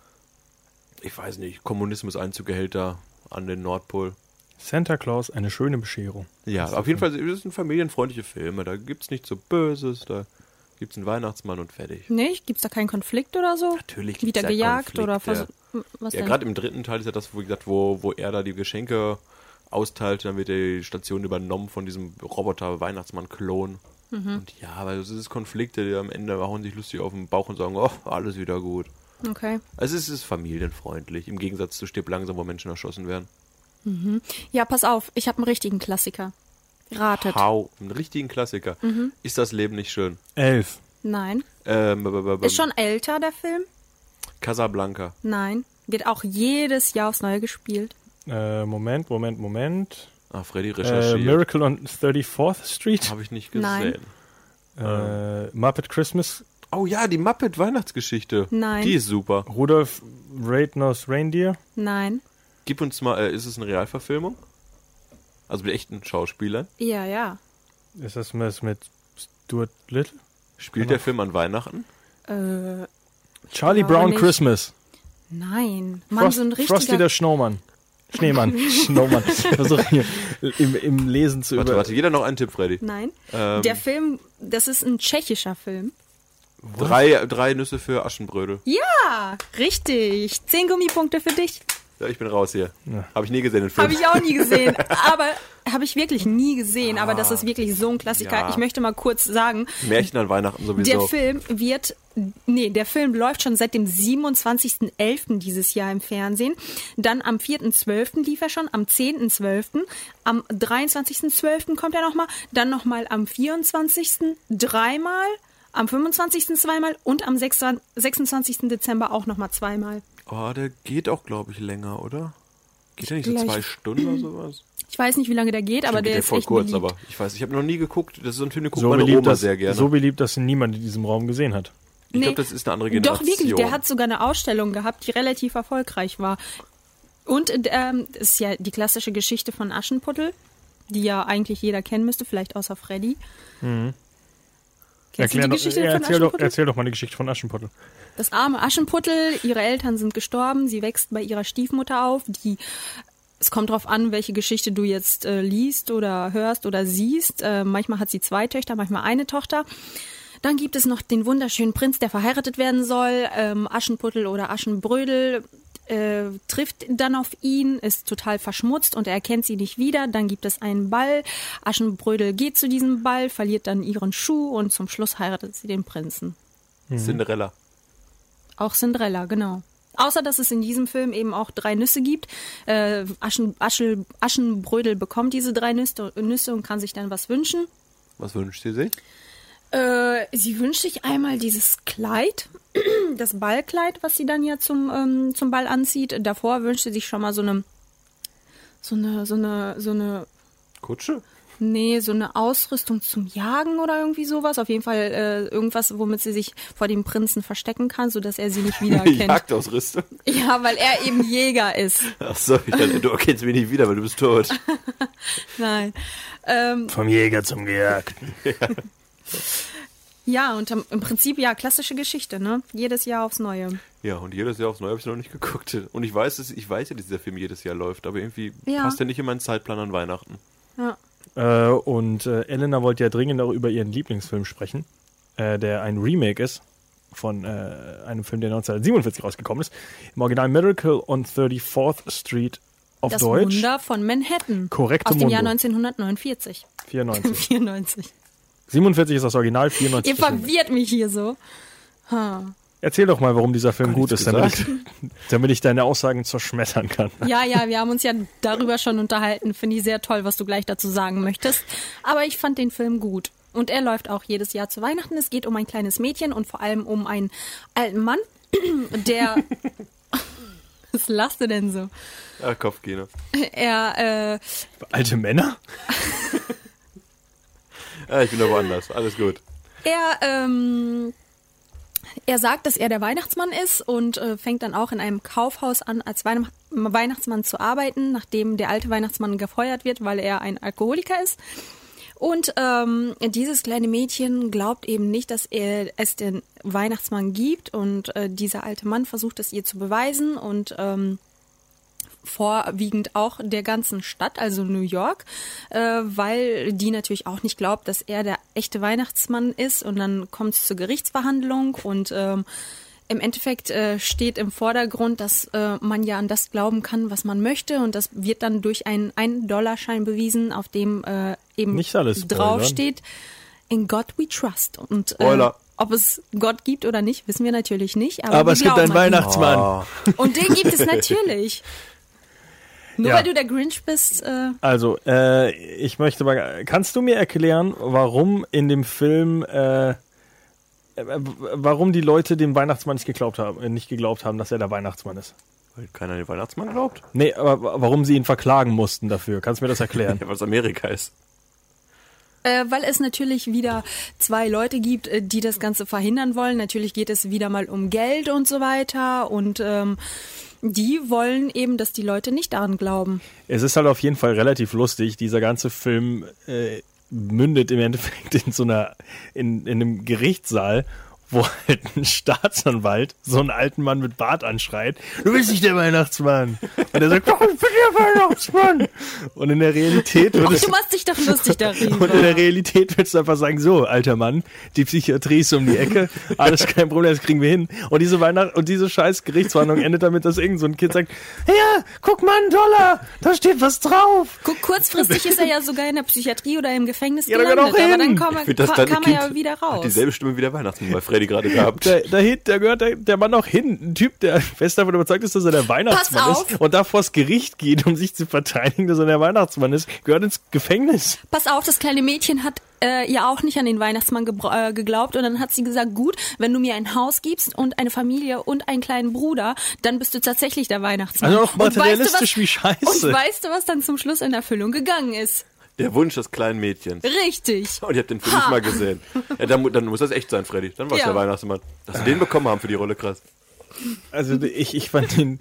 E: ich weiß nicht, Kommunismus-Einzug erhält da an den Nordpol.
D: Santa Claus, eine schöne Bescherung.
E: Ja, auf jeden Fall, das sind familienfreundliche Filme. Da gibt's nichts so Böses, da gibt's einen Weihnachtsmann und fertig.
F: Nicht? Gibt's da keinen Konflikt oder so?
E: Natürlich gibt's
F: Wieder
E: da
F: gejagt oder
E: Konflikte.
F: vers- M- was
E: Ja,
F: denn?
E: gerade im dritten Teil ist ja das, wo, wie gesagt, wo, wo er da die Geschenke austeilt, dann wird die Station übernommen von diesem Roboter-Weihnachtsmann-Klon.
F: Mhm.
E: Und ja, aber es ist Konflikte, die am Ende hauen sich lustig auf den Bauch und sagen, oh, alles wieder gut.
F: Okay.
E: Also es ist familienfreundlich, im Gegensatz zu Stirb langsam, wo Menschen erschossen werden.
F: Ja, pass auf, ich habe einen richtigen Klassiker. Ratet.
E: Hau, einen richtigen Klassiker.
F: Mhm.
E: Ist das Leben nicht schön?
D: Elf.
F: Nein.
E: Ähm, b- b- b-
F: Ist schon älter, der Film?
E: Casablanca.
F: Nein. Wird auch jedes Jahr aufs Neue gespielt.
D: Äh, Moment, Moment, Moment.
E: Ah, Freddy
D: Äh,
E: recherchiert.
D: Miracle on 34th Street.
E: Habe ich nicht gesehen.
F: Nein.
D: Äh, Muppet Christmas.
E: Oh ja, die Muppet-Weihnachtsgeschichte.
F: Nein.
E: Die ist super.
D: Rudolf Reitners Reindeer.
F: Nein.
E: Gib uns mal, äh, ist es eine Realverfilmung? Also mit echten Schauspielern?
F: Ja, ja.
D: Ist das mit, mit Stuart Little? Genau.
E: Spielt der Film an Weihnachten?
F: Äh,
D: Charlie
F: glaube
D: Brown
F: nicht.
D: Christmas.
F: nein. Mann,
D: Frost,
F: so ein richtiger...
D: Frosty der Schneemann. Schneemann. Schneemann. Versuche hier im, im Lesen zu
E: Warte,
D: über-
E: warte, jeder noch einen Tipp, Freddy.
F: nein.
E: Ähm.
F: Der Film, das ist ein tschechischer Film.
E: Drei, drei Nüsse für Aschenbrödel.
F: Ja, richtig. Zehn Gummipunkte für dich.
E: Ja, ich bin raus hier. Habe ich nie gesehen, den Film.
F: Habe ich auch nie gesehen. Aber habe ich wirklich nie gesehen. Aber das ist wirklich so ein Klassiker.
E: Ja.
F: Ich möchte mal kurz sagen,
E: Märchen an Weihnachten
F: der
E: sowieso.
F: Film wird, nee, der Film läuft schon seit dem 27.11. dieses Jahr im Fernsehen. Dann am 4.12. lief er schon, am 10.12., am 23.12. kommt er nochmal, dann nochmal am 24. dreimal, am 25. zweimal und am 26. Dezember auch nochmal zweimal.
E: Oh, der geht auch, glaube ich, länger, oder? Geht der nicht so
F: Gleich.
E: zwei Stunden oder sowas?
F: Ich weiß nicht, wie lange der geht, aber
E: Stimmt, geht
F: der
E: ja
F: ist
E: voll
F: echt
E: kurz,
F: beliebt.
E: aber ich weiß, ich habe noch nie geguckt. Das ist so ein Film, den guckt
D: so
E: meine
D: beliebt,
E: Oma
D: dass,
E: sehr gerne.
D: so beliebt, dass ihn niemand in diesem Raum gesehen hat.
E: ich glaube, das ist eine andere Generation.
F: Doch, wirklich. Der hat sogar eine Ausstellung gehabt, die relativ erfolgreich war. Und ähm, ist ja die klassische Geschichte von Aschenputtel, die ja eigentlich jeder kennen müsste, vielleicht außer Freddy. Kennst du die
D: Mhm. doch,
F: Geschichte
D: ja,
F: von
D: erzähl, doch,
F: Aschenputtel?
D: erzähl doch mal die Geschichte von Aschenputtel.
F: Das arme Aschenputtel, ihre Eltern sind gestorben, sie wächst bei ihrer Stiefmutter auf, die es kommt drauf an, welche Geschichte du jetzt äh, liest oder hörst oder siehst. Äh, manchmal hat sie zwei Töchter, manchmal eine Tochter. Dann gibt es noch den wunderschönen Prinz, der verheiratet werden soll. Ähm, Aschenputtel oder Aschenbrödel äh, trifft dann auf ihn, ist total verschmutzt und er erkennt sie nicht wieder. Dann gibt es einen Ball. Aschenbrödel geht zu diesem Ball, verliert dann ihren Schuh und zum Schluss heiratet sie den Prinzen.
E: Mhm. Cinderella.
F: Auch Cinderella, genau. Außer, dass es in diesem Film eben auch drei Nüsse gibt. Äh, Aschen, Aschel, Aschenbrödel bekommt diese drei Nüsse, Nüsse und kann sich dann was wünschen.
E: Was wünscht ihr sich?
F: Äh, sie wünscht sich einmal dieses Kleid, das Ballkleid, was sie dann ja zum, ähm, zum Ball anzieht. Davor wünscht sie sich schon mal so eine, so eine, so eine, so eine
E: Kutsche?
F: Nee, so eine Ausrüstung zum Jagen oder irgendwie sowas. Auf jeden Fall äh, irgendwas, womit sie sich vor dem Prinzen verstecken kann, sodass er sie nicht wiedererkennt.
E: Jagdausrüstung?
F: ja, weil er eben Jäger ist.
E: Achso, ich dachte, du erkennst mich nicht wieder, weil du bist tot.
F: Nein. Ähm,
A: Vom Jäger zum Gejagten.
F: ja, und am- im Prinzip ja, klassische Geschichte, ne? Jedes Jahr aufs Neue.
E: Ja, und jedes Jahr aufs Neue habe ich noch nicht geguckt. Und ich weiß, dass, ich weiß ja, dass dieser Film jedes Jahr läuft, aber irgendwie
F: Ja.
E: passt er nicht in meinen Zeitplan an Weihnachten.
F: Ja.
D: Äh, und äh, Elena wollte ja dringend auch über ihren Lieblingsfilm sprechen, äh, der ein Remake ist von äh, einem Film, der 1947 rausgekommen ist. Im Original Miracle on 34th Street auf
F: das
D: Deutsch.
F: Wunder von Manhattan.
D: Korrekte
F: Aus dem Jahr
D: Mundo.
F: 1949.
D: 94.
F: 94.
D: 47 ist das Original, 94.
F: Ihr
D: ist das Remake.
F: verwirrt mich hier so.
D: Erzähl doch mal, warum dieser Film gut
E: nichts
D: ist, damit ich, damit ich deine Aussagen zerschmettern kann.
F: Ja, ja, wir haben uns ja darüber schon unterhalten. Finde ich sehr toll, was du gleich dazu sagen möchtest. Aber ich fand den Film gut. Und er läuft auch jedes Jahr zu Weihnachten. Es geht um ein kleines Mädchen und vor allem um einen alten Mann, der. Was lachst du denn so?
E: Ah, Kopfgene.
F: Er, äh,
D: Alte Männer?
E: Ah, ich bin da woanders. Alles gut.
F: er, ähm, er sagt, dass er der Weihnachtsmann ist und äh, fängt dann auch in einem Kaufhaus an, als Weihn Weihnachtsmann zu arbeiten, nachdem der alte Weihnachtsmann gefeuert wird, weil er ein Alkoholiker ist. Und ähm, dieses kleine Mädchen glaubt eben nicht, dass er, es den Weihnachtsmann gibt und äh, dieser alte Mann versucht es ihr zu beweisen und ähm, vorwiegend auch der ganzen Stadt, also New York, äh, weil die natürlich auch nicht glaubt, dass er der echte Weihnachtsmann ist und dann kommt es zur Gerichtsverhandlung und ähm, im Endeffekt äh, steht im Vordergrund, dass äh, man ja an das glauben kann, was man möchte und das wird dann durch einen 1-Dollar-Schein bewiesen, auf dem äh, eben
D: Nicht alles spoilern.
F: draufsteht, in God we trust und äh,
E: Spoiler.
F: ob es Gott gibt oder nicht, wissen wir natürlich nicht. Aber,
A: Aber
F: wir
A: es gibt einen
F: glauben an ihn.
A: Weihnachtsmann.
D: Oh.
F: Und den gibt es natürlich. Nur
D: Ja.
F: weil du der Grinch bist, äh,
D: Also, äh, ich möchte mal, kannst du mir erklären, warum in dem Film, äh, äh, w- warum die Leute dem Weihnachtsmann nicht geglaubt haben, äh, nicht geglaubt haben, dass er der Weihnachtsmann ist?
E: Weil keiner an den Weihnachtsmann glaubt.
D: Nee, aber wa- warum sie ihn verklagen mussten dafür? Kannst du mir das erklären?
E: Ja, weil es Amerika ist.
F: äh, weil es natürlich wieder zwei Leute gibt, äh, die das Ganze verhindern wollen. Natürlich geht es wieder mal um Geld und so weiter. Und ähm, die wollen eben, dass die Leute nicht daran glauben.
D: Es ist halt auf jeden Fall relativ lustig. Dieser ganze Film äh, mündet im Endeffekt in so einer, in, in einem Gerichtssaal, wo halt ein Staatsanwalt so einen alten Mann mit Bart anschreit. Du bist nicht der Weihnachtsmann. Und er sagt, doch, ich bin der Weihnachtsmann. Und in der Realität wird
F: Ach,
D: es,
F: du machst dich doch lustig
D: und in der
F: darüber.
D: Realität willst du einfach sagen, so, alter Mann, die Psychiatrie ist um die Ecke, alles kein Problem, das kriegen wir hin. Und diese Weihnacht und diese scheiß Gerichtsverhandlung endet damit, dass irgend so ein Kind sagt, ja, guck mal einen Dollar, da steht was drauf.
F: Guck, kurzfristig ist er ja sogar in der Psychiatrie oder im Gefängnis
D: Ja, da gehört
F: gelandet,
D: auch
F: aber dann
D: hin.
F: kam,
E: Ich
F: er-
E: finde, das
F: kam,
E: kleine
F: kam er
E: Kind
F: ja wieder
E: hat
F: raus.
E: dieselbe Stimme wie der Weihnachtsmann bei Freddy gerade gehabt.
D: Da, da, hin- da gehört der, der Mann auch hin, ein Typ, der fest davon überzeugt ist, dass er der Weihnachtsmann
F: auf.
D: ist und da vors Gericht geht, um sich zu verteidigen, dass er der Weihnachtsmann ist, gehört ins Gefängnis.
F: Pass auf, das kleine Mädchen hat äh, ja auch nicht an den Weihnachtsmann gebra- äh, geglaubt und dann hat sie gesagt, gut, wenn du mir ein Haus gibst und eine Familie und einen kleinen Bruder, dann bist du tatsächlich der Weihnachtsmann.
D: Also auch
F: Und weißt du,
D: materialistisch,
F: was-
D: wie scheiße.
F: Und weißt du, was dann zum Schluss in Erfüllung gegangen ist?
E: Der Wunsch des kleinen Mädchens.
F: Richtig.
E: Und ich habe Oh, den Film nicht mal gesehen. Ja, dann, mu- dann muss das echt sein, Freddy. Dann war es
F: Ja.
E: der Weihnachtsmann. Dass wir den bekommen haben für die Rolle, krass.
D: Also ich, ich fand den,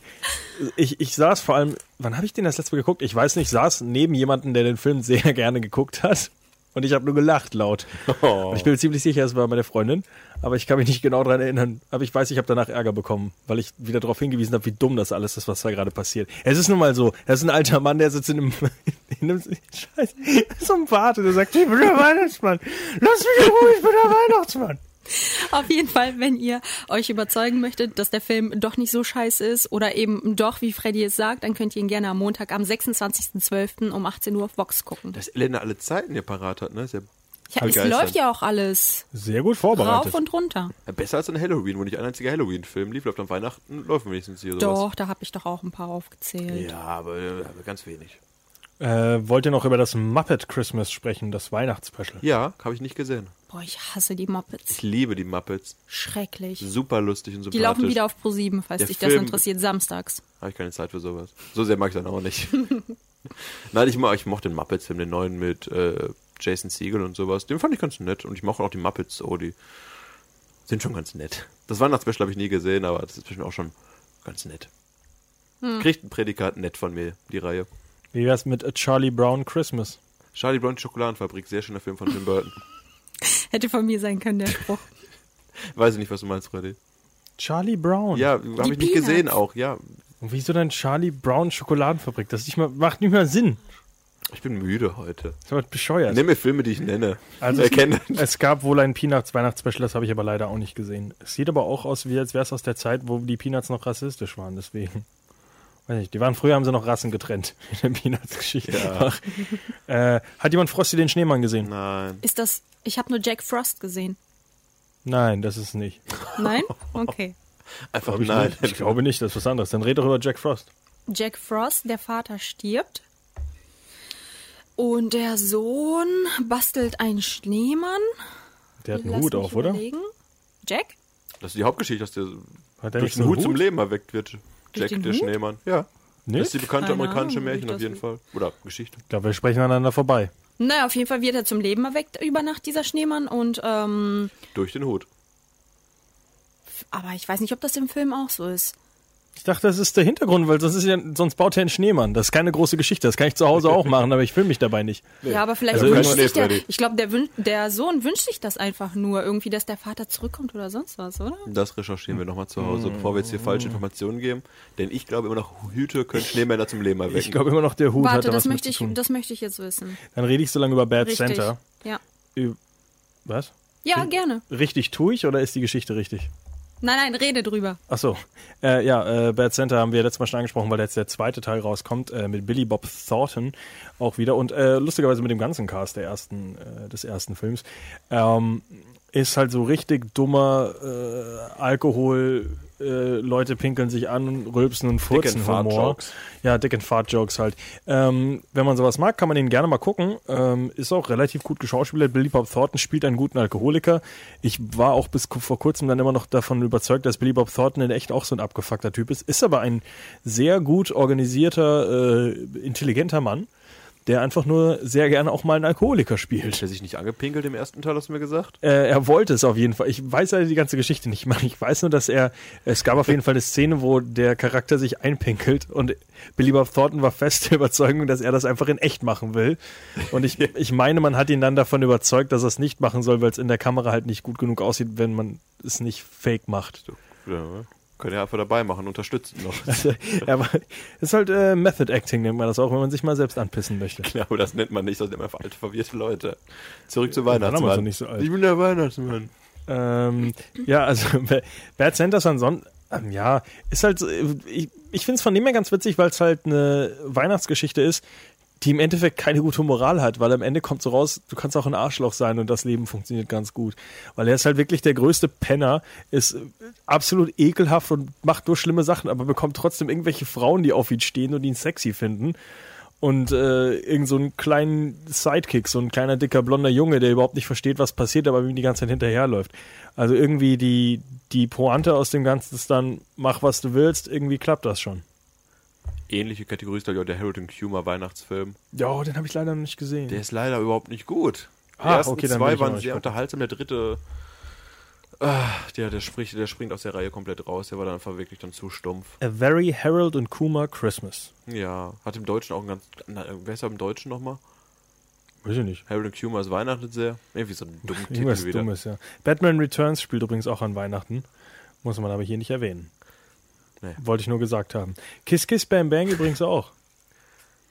D: ich, ich saß vor allem, wann habe ich den das letzte Mal geguckt? Ich weiß nicht, saß neben jemanden, der den Film sehr gerne geguckt hat. Und ich habe nur gelacht laut.
E: Oh.
D: Und ich bin mir ziemlich sicher, es war meine Freundin, aber ich kann mich nicht genau daran erinnern. Aber ich weiß, ich habe danach Ärger bekommen, weil ich wieder darauf hingewiesen habe, wie dumm das alles ist, was da gerade passiert. Es ist nun mal so, das ist ein alter Mann, der sitzt in einem, in einem Scheiß, so einem Bart und der sagt, ich bin der Weihnachtsmann. Lass mich in Ruhe, ich bin der Weihnachtsmann.
F: Auf jeden Fall, wenn ihr euch überzeugen möchtet, dass der Film doch nicht so scheiße ist oder eben doch, wie Freddy es sagt, dann könnt ihr ihn gerne am Montag am 26.12. um 18 Uhr auf Vox gucken.
E: Dass Elena alle Zeiten hier parat hat, ne? Ist ja
F: Ja, es
E: begeistert.
F: läuft ja auch alles
D: Sehr gut
F: rauf
D: vorbereitet.
F: und runter.
E: Ja, Besser als ein Halloween, wo nicht ein einziger Halloween-Film lief. Läuft an Weihnachten, läufen wenigstens hier sowas.
F: Doch, da habe ich doch auch ein paar aufgezählt.
E: Ja, aber, äh, aber ganz wenig.
D: Äh, wollt ihr noch über das Muppet Christmas sprechen, das Weihnachtsspecial?
E: Ja, habe ich nicht gesehen.
F: Boah, ich hasse die Muppets.
E: Ich liebe die Muppets.
D: Mhm.
F: Schrecklich.
E: Super lustig und sympathisch.
F: Die laufen wieder auf Pro 7, falls
E: Der
F: dich das
E: Film-
F: interessiert, samstags.
E: Habe ich keine Zeit für sowas. So sehr mag ich dann auch nicht. Nein, ich, mo- ich mochte den Muppets-Film, den neuen mit äh, Jason Siegel und sowas. Den fand ich ganz nett und ich mochte auch die Muppets. Oh, die sind schon ganz nett. Das Weihnachtsspecial habe ich nie gesehen, aber das ist bestimmt auch schon ganz nett.
F: Hm.
E: Kriegt ein Prädikat nett von mir, die Reihe.
D: Wie wär's mit A Charlie Brown Christmas?
E: Charlie Brown Schokoladenfabrik, sehr schöner Film von Tim Burton.
F: Hätte von mir sein können, der Spruch.
E: Weiß ich nicht, was du meinst, Freddy.
D: Charlie Brown?
E: Ja, habe ich nicht
F: Peanuts.
E: gesehen auch, ja.
D: Und wieso denn Charlie Brown Schokoladenfabrik? Das ist nicht mal, macht nicht mal Sinn.
E: Ich bin müde heute.
D: Das war bescheuert.
E: Nimm mir Filme, die ich nenne. Äh,
D: Also-
E: Erkenne.
D: Es gab wohl ein Peanuts-Weihnachtsspecial, das habe ich aber leider auch nicht gesehen. Es sieht aber auch aus, wie als wäre es aus der Zeit, wo die Peanuts noch rassistisch waren, deswegen. Weiß nicht, die waren früher, haben sie noch Rassen getrennt in der Peanuts-Geschichte. Äh, hat jemand Frosty den Schneemann gesehen?
E: Nein.
F: Ist das. Ich habe nur Jack Frost gesehen.
D: Nein, das ist nicht.
F: Nein? Okay.
E: Einfach
D: Glaub ich,
E: nein.
D: nicht. ich glaube nicht, das ist was anderes. Dann red doch über Jack Frost.
F: Jack Frost, der Vater stirbt. Und der Sohn bastelt einen Schneemann.
D: Der hat einen
F: Lass
D: Hut
F: mich
D: auf, oder?
F: überlegen. Jack?
E: Das ist die Hauptgeschichte, dass der
D: Hat der
E: durch
D: nicht
E: den
D: einen
E: Hut,
D: Hut?
E: zum Leben erweckt wird. Jack,
F: den
E: der
F: Hut?
E: Schneemann. Ja.
D: Nicht?
E: Das ist die bekannte
F: Keine
E: amerikanische
F: Ahnung, wie
E: Märchen
F: ich
E: auf
F: das
E: jeden
F: will.
E: Fall. Oder Geschichte.
D: Ich glaube, wir sprechen aneinander vorbei.
F: Naja, auf jeden Fall wird er zum Leben erweckt über Nacht, dieser Schneemann. Und, ähm,
E: Durch den Hut.
F: aber ich weiß nicht, ob das im Film auch so ist.
D: Ich dachte, das ist der Hintergrund, weil sonst, ist ja, sonst baut er einen Schneemann. Das ist keine große Geschichte. Das kann ich zu Hause auch machen, aber ich filme mich dabei nicht.
F: Ja, aber vielleicht
D: Also
F: wünscht
E: irgendwann-
F: sich der,
E: Nee, Freddy.
F: ich glaube, der, wün- der Sohn wünscht sich das einfach nur irgendwie, dass der Vater zurückkommt oder sonst was, oder?
E: Das recherchieren wir nochmal zu Hause, bevor wir jetzt hier falsche Informationen geben. Denn ich glaube immer noch, Hüte können Schneemänner zum Leben erwecken.
D: Ich glaube immer noch, der Hut hat
F: Warte,
D: da
F: das
D: was
F: möchte,
D: mit
F: ich,
D: zu tun.
F: das möchte ich jetzt wissen.
D: Dann rede ich so lange über Bad
F: Richtig.
D: Santa.
F: Ja.
D: Ü- Was?
F: Ja, gerne.
D: Richtig tue ich oder ist die Geschichte richtig?
F: Nein, nein, rede drüber.
D: Ach so. Äh, ja, äh, Bad Center haben wir letztes Mal schon angesprochen, weil jetzt der zweite Teil rauskommt äh, mit Billy Bob Thornton auch wieder und äh, lustigerweise mit dem ganzen Cast der ersten, äh, des ersten Films. Ähm, ist halt so richtig dummer äh, Alkohol, äh, Leute pinkeln sich an, rülpsen und furzen
E: and fart
D: Humor.
E: Jokes.
D: Ja, dick and fart Jokes halt. Ähm, wenn man sowas mag, kann man ihn gerne mal gucken. Ähm, ist auch relativ gut geschauspielert. Billy Bob Thornton spielt einen guten Alkoholiker. Ich war auch bis ku- vor kurzem dann immer noch davon überzeugt, dass Billy Bob Thornton in echt auch so ein abgefuckter Typ ist. Ist aber ein sehr gut organisierter, äh, intelligenter Mann, der einfach nur sehr gerne auch mal einen Alkoholiker spielt.
E: Hat er sich nicht angepinkelt im ersten Teil, hast du mir gesagt?
D: Äh, er wollte es auf jeden Fall. Ich weiß leider die ganze Geschichte nicht mehr. Ich weiß nur, dass er. Es gab auf jeden Fall eine Szene, wo der Charakter sich einpinkelt und Billy Bob Thornton war fest der Überzeugung, dass er das einfach in echt machen will. Und ich, ich meine, man hat ihn dann davon überzeugt, dass er es nicht machen soll, weil es in der Kamera halt nicht gut genug aussieht, wenn man es nicht fake macht.
E: So, ja, können ja einfach dabei machen, unterstützen noch.
D: Also, Er war, ist halt äh, Method Acting, nennt man das auch, wenn man sich mal selbst anpissen möchte.
E: Ja, aber das nennt man nicht, das nennt man einfach alte, verwirrte Leute. Zurück zu
D: waren wir
E: Weihnachtsmann.
D: so nicht so alt.
E: Ich bin der Weihnachtsmann.
D: Ähm, ja, also Ba- Bad Centers ansonsten, ähm, ja, ist halt, so, äh, ich, ich finde es von dem her ganz witzig, weil es halt eine Weihnachtsgeschichte ist, die im Endeffekt keine gute Moral hat, weil am Ende kommt so raus, du kannst auch ein Arschloch sein und das Leben funktioniert ganz gut. Weil er ist halt wirklich der größte Penner, ist äh, absolut ekelhaft und macht nur schlimme Sachen, aber bekommt trotzdem irgendwelche Frauen, die auf ihn stehen und ihn sexy finden und äh, irgend so einen kleinen Sidekick, so ein kleiner dicker blonder Junge, der überhaupt nicht versteht, was passiert, aber ihm die ganze Zeit hinterherläuft. Also irgendwie die die Pointe aus dem Ganzen ist dann mach was du willst, irgendwie klappt das schon.
E: Ähnliche Kategorie ist, glaube ich, auch der Harold and Kumar Weihnachtsfilm.
D: Ja, den habe ich leider noch nicht gesehen.
E: Der ist leider überhaupt nicht gut. Die
D: Ah,
E: ersten
D: okay, dann bin
E: zwei
D: ich mal
E: waren sehr
D: gespannt.
E: unterhaltsam. Der dritte, ah, der, der, spricht, der springt aus der Reihe komplett raus. Der war dann einfach wirklich dann zu stumpf.
D: A Very Harold and Kumar Christmas.
E: Ja, hat im Deutschen auch einen ganz. Na, wer ist er im Deutschen nochmal?
D: Weiß ich nicht.
E: Harold and Kumar ist Weihnachten sehr. Irgendwie so ein dummer Titel
D: Irgendwas
E: wieder.
D: Dummes, ja. Batman Returns spielt übrigens auch an Weihnachten. Muss man aber hier nicht erwähnen.
E: Nee.
D: Wollte ich nur gesagt haben. Kiss Kiss Bam Bang übrigens auch.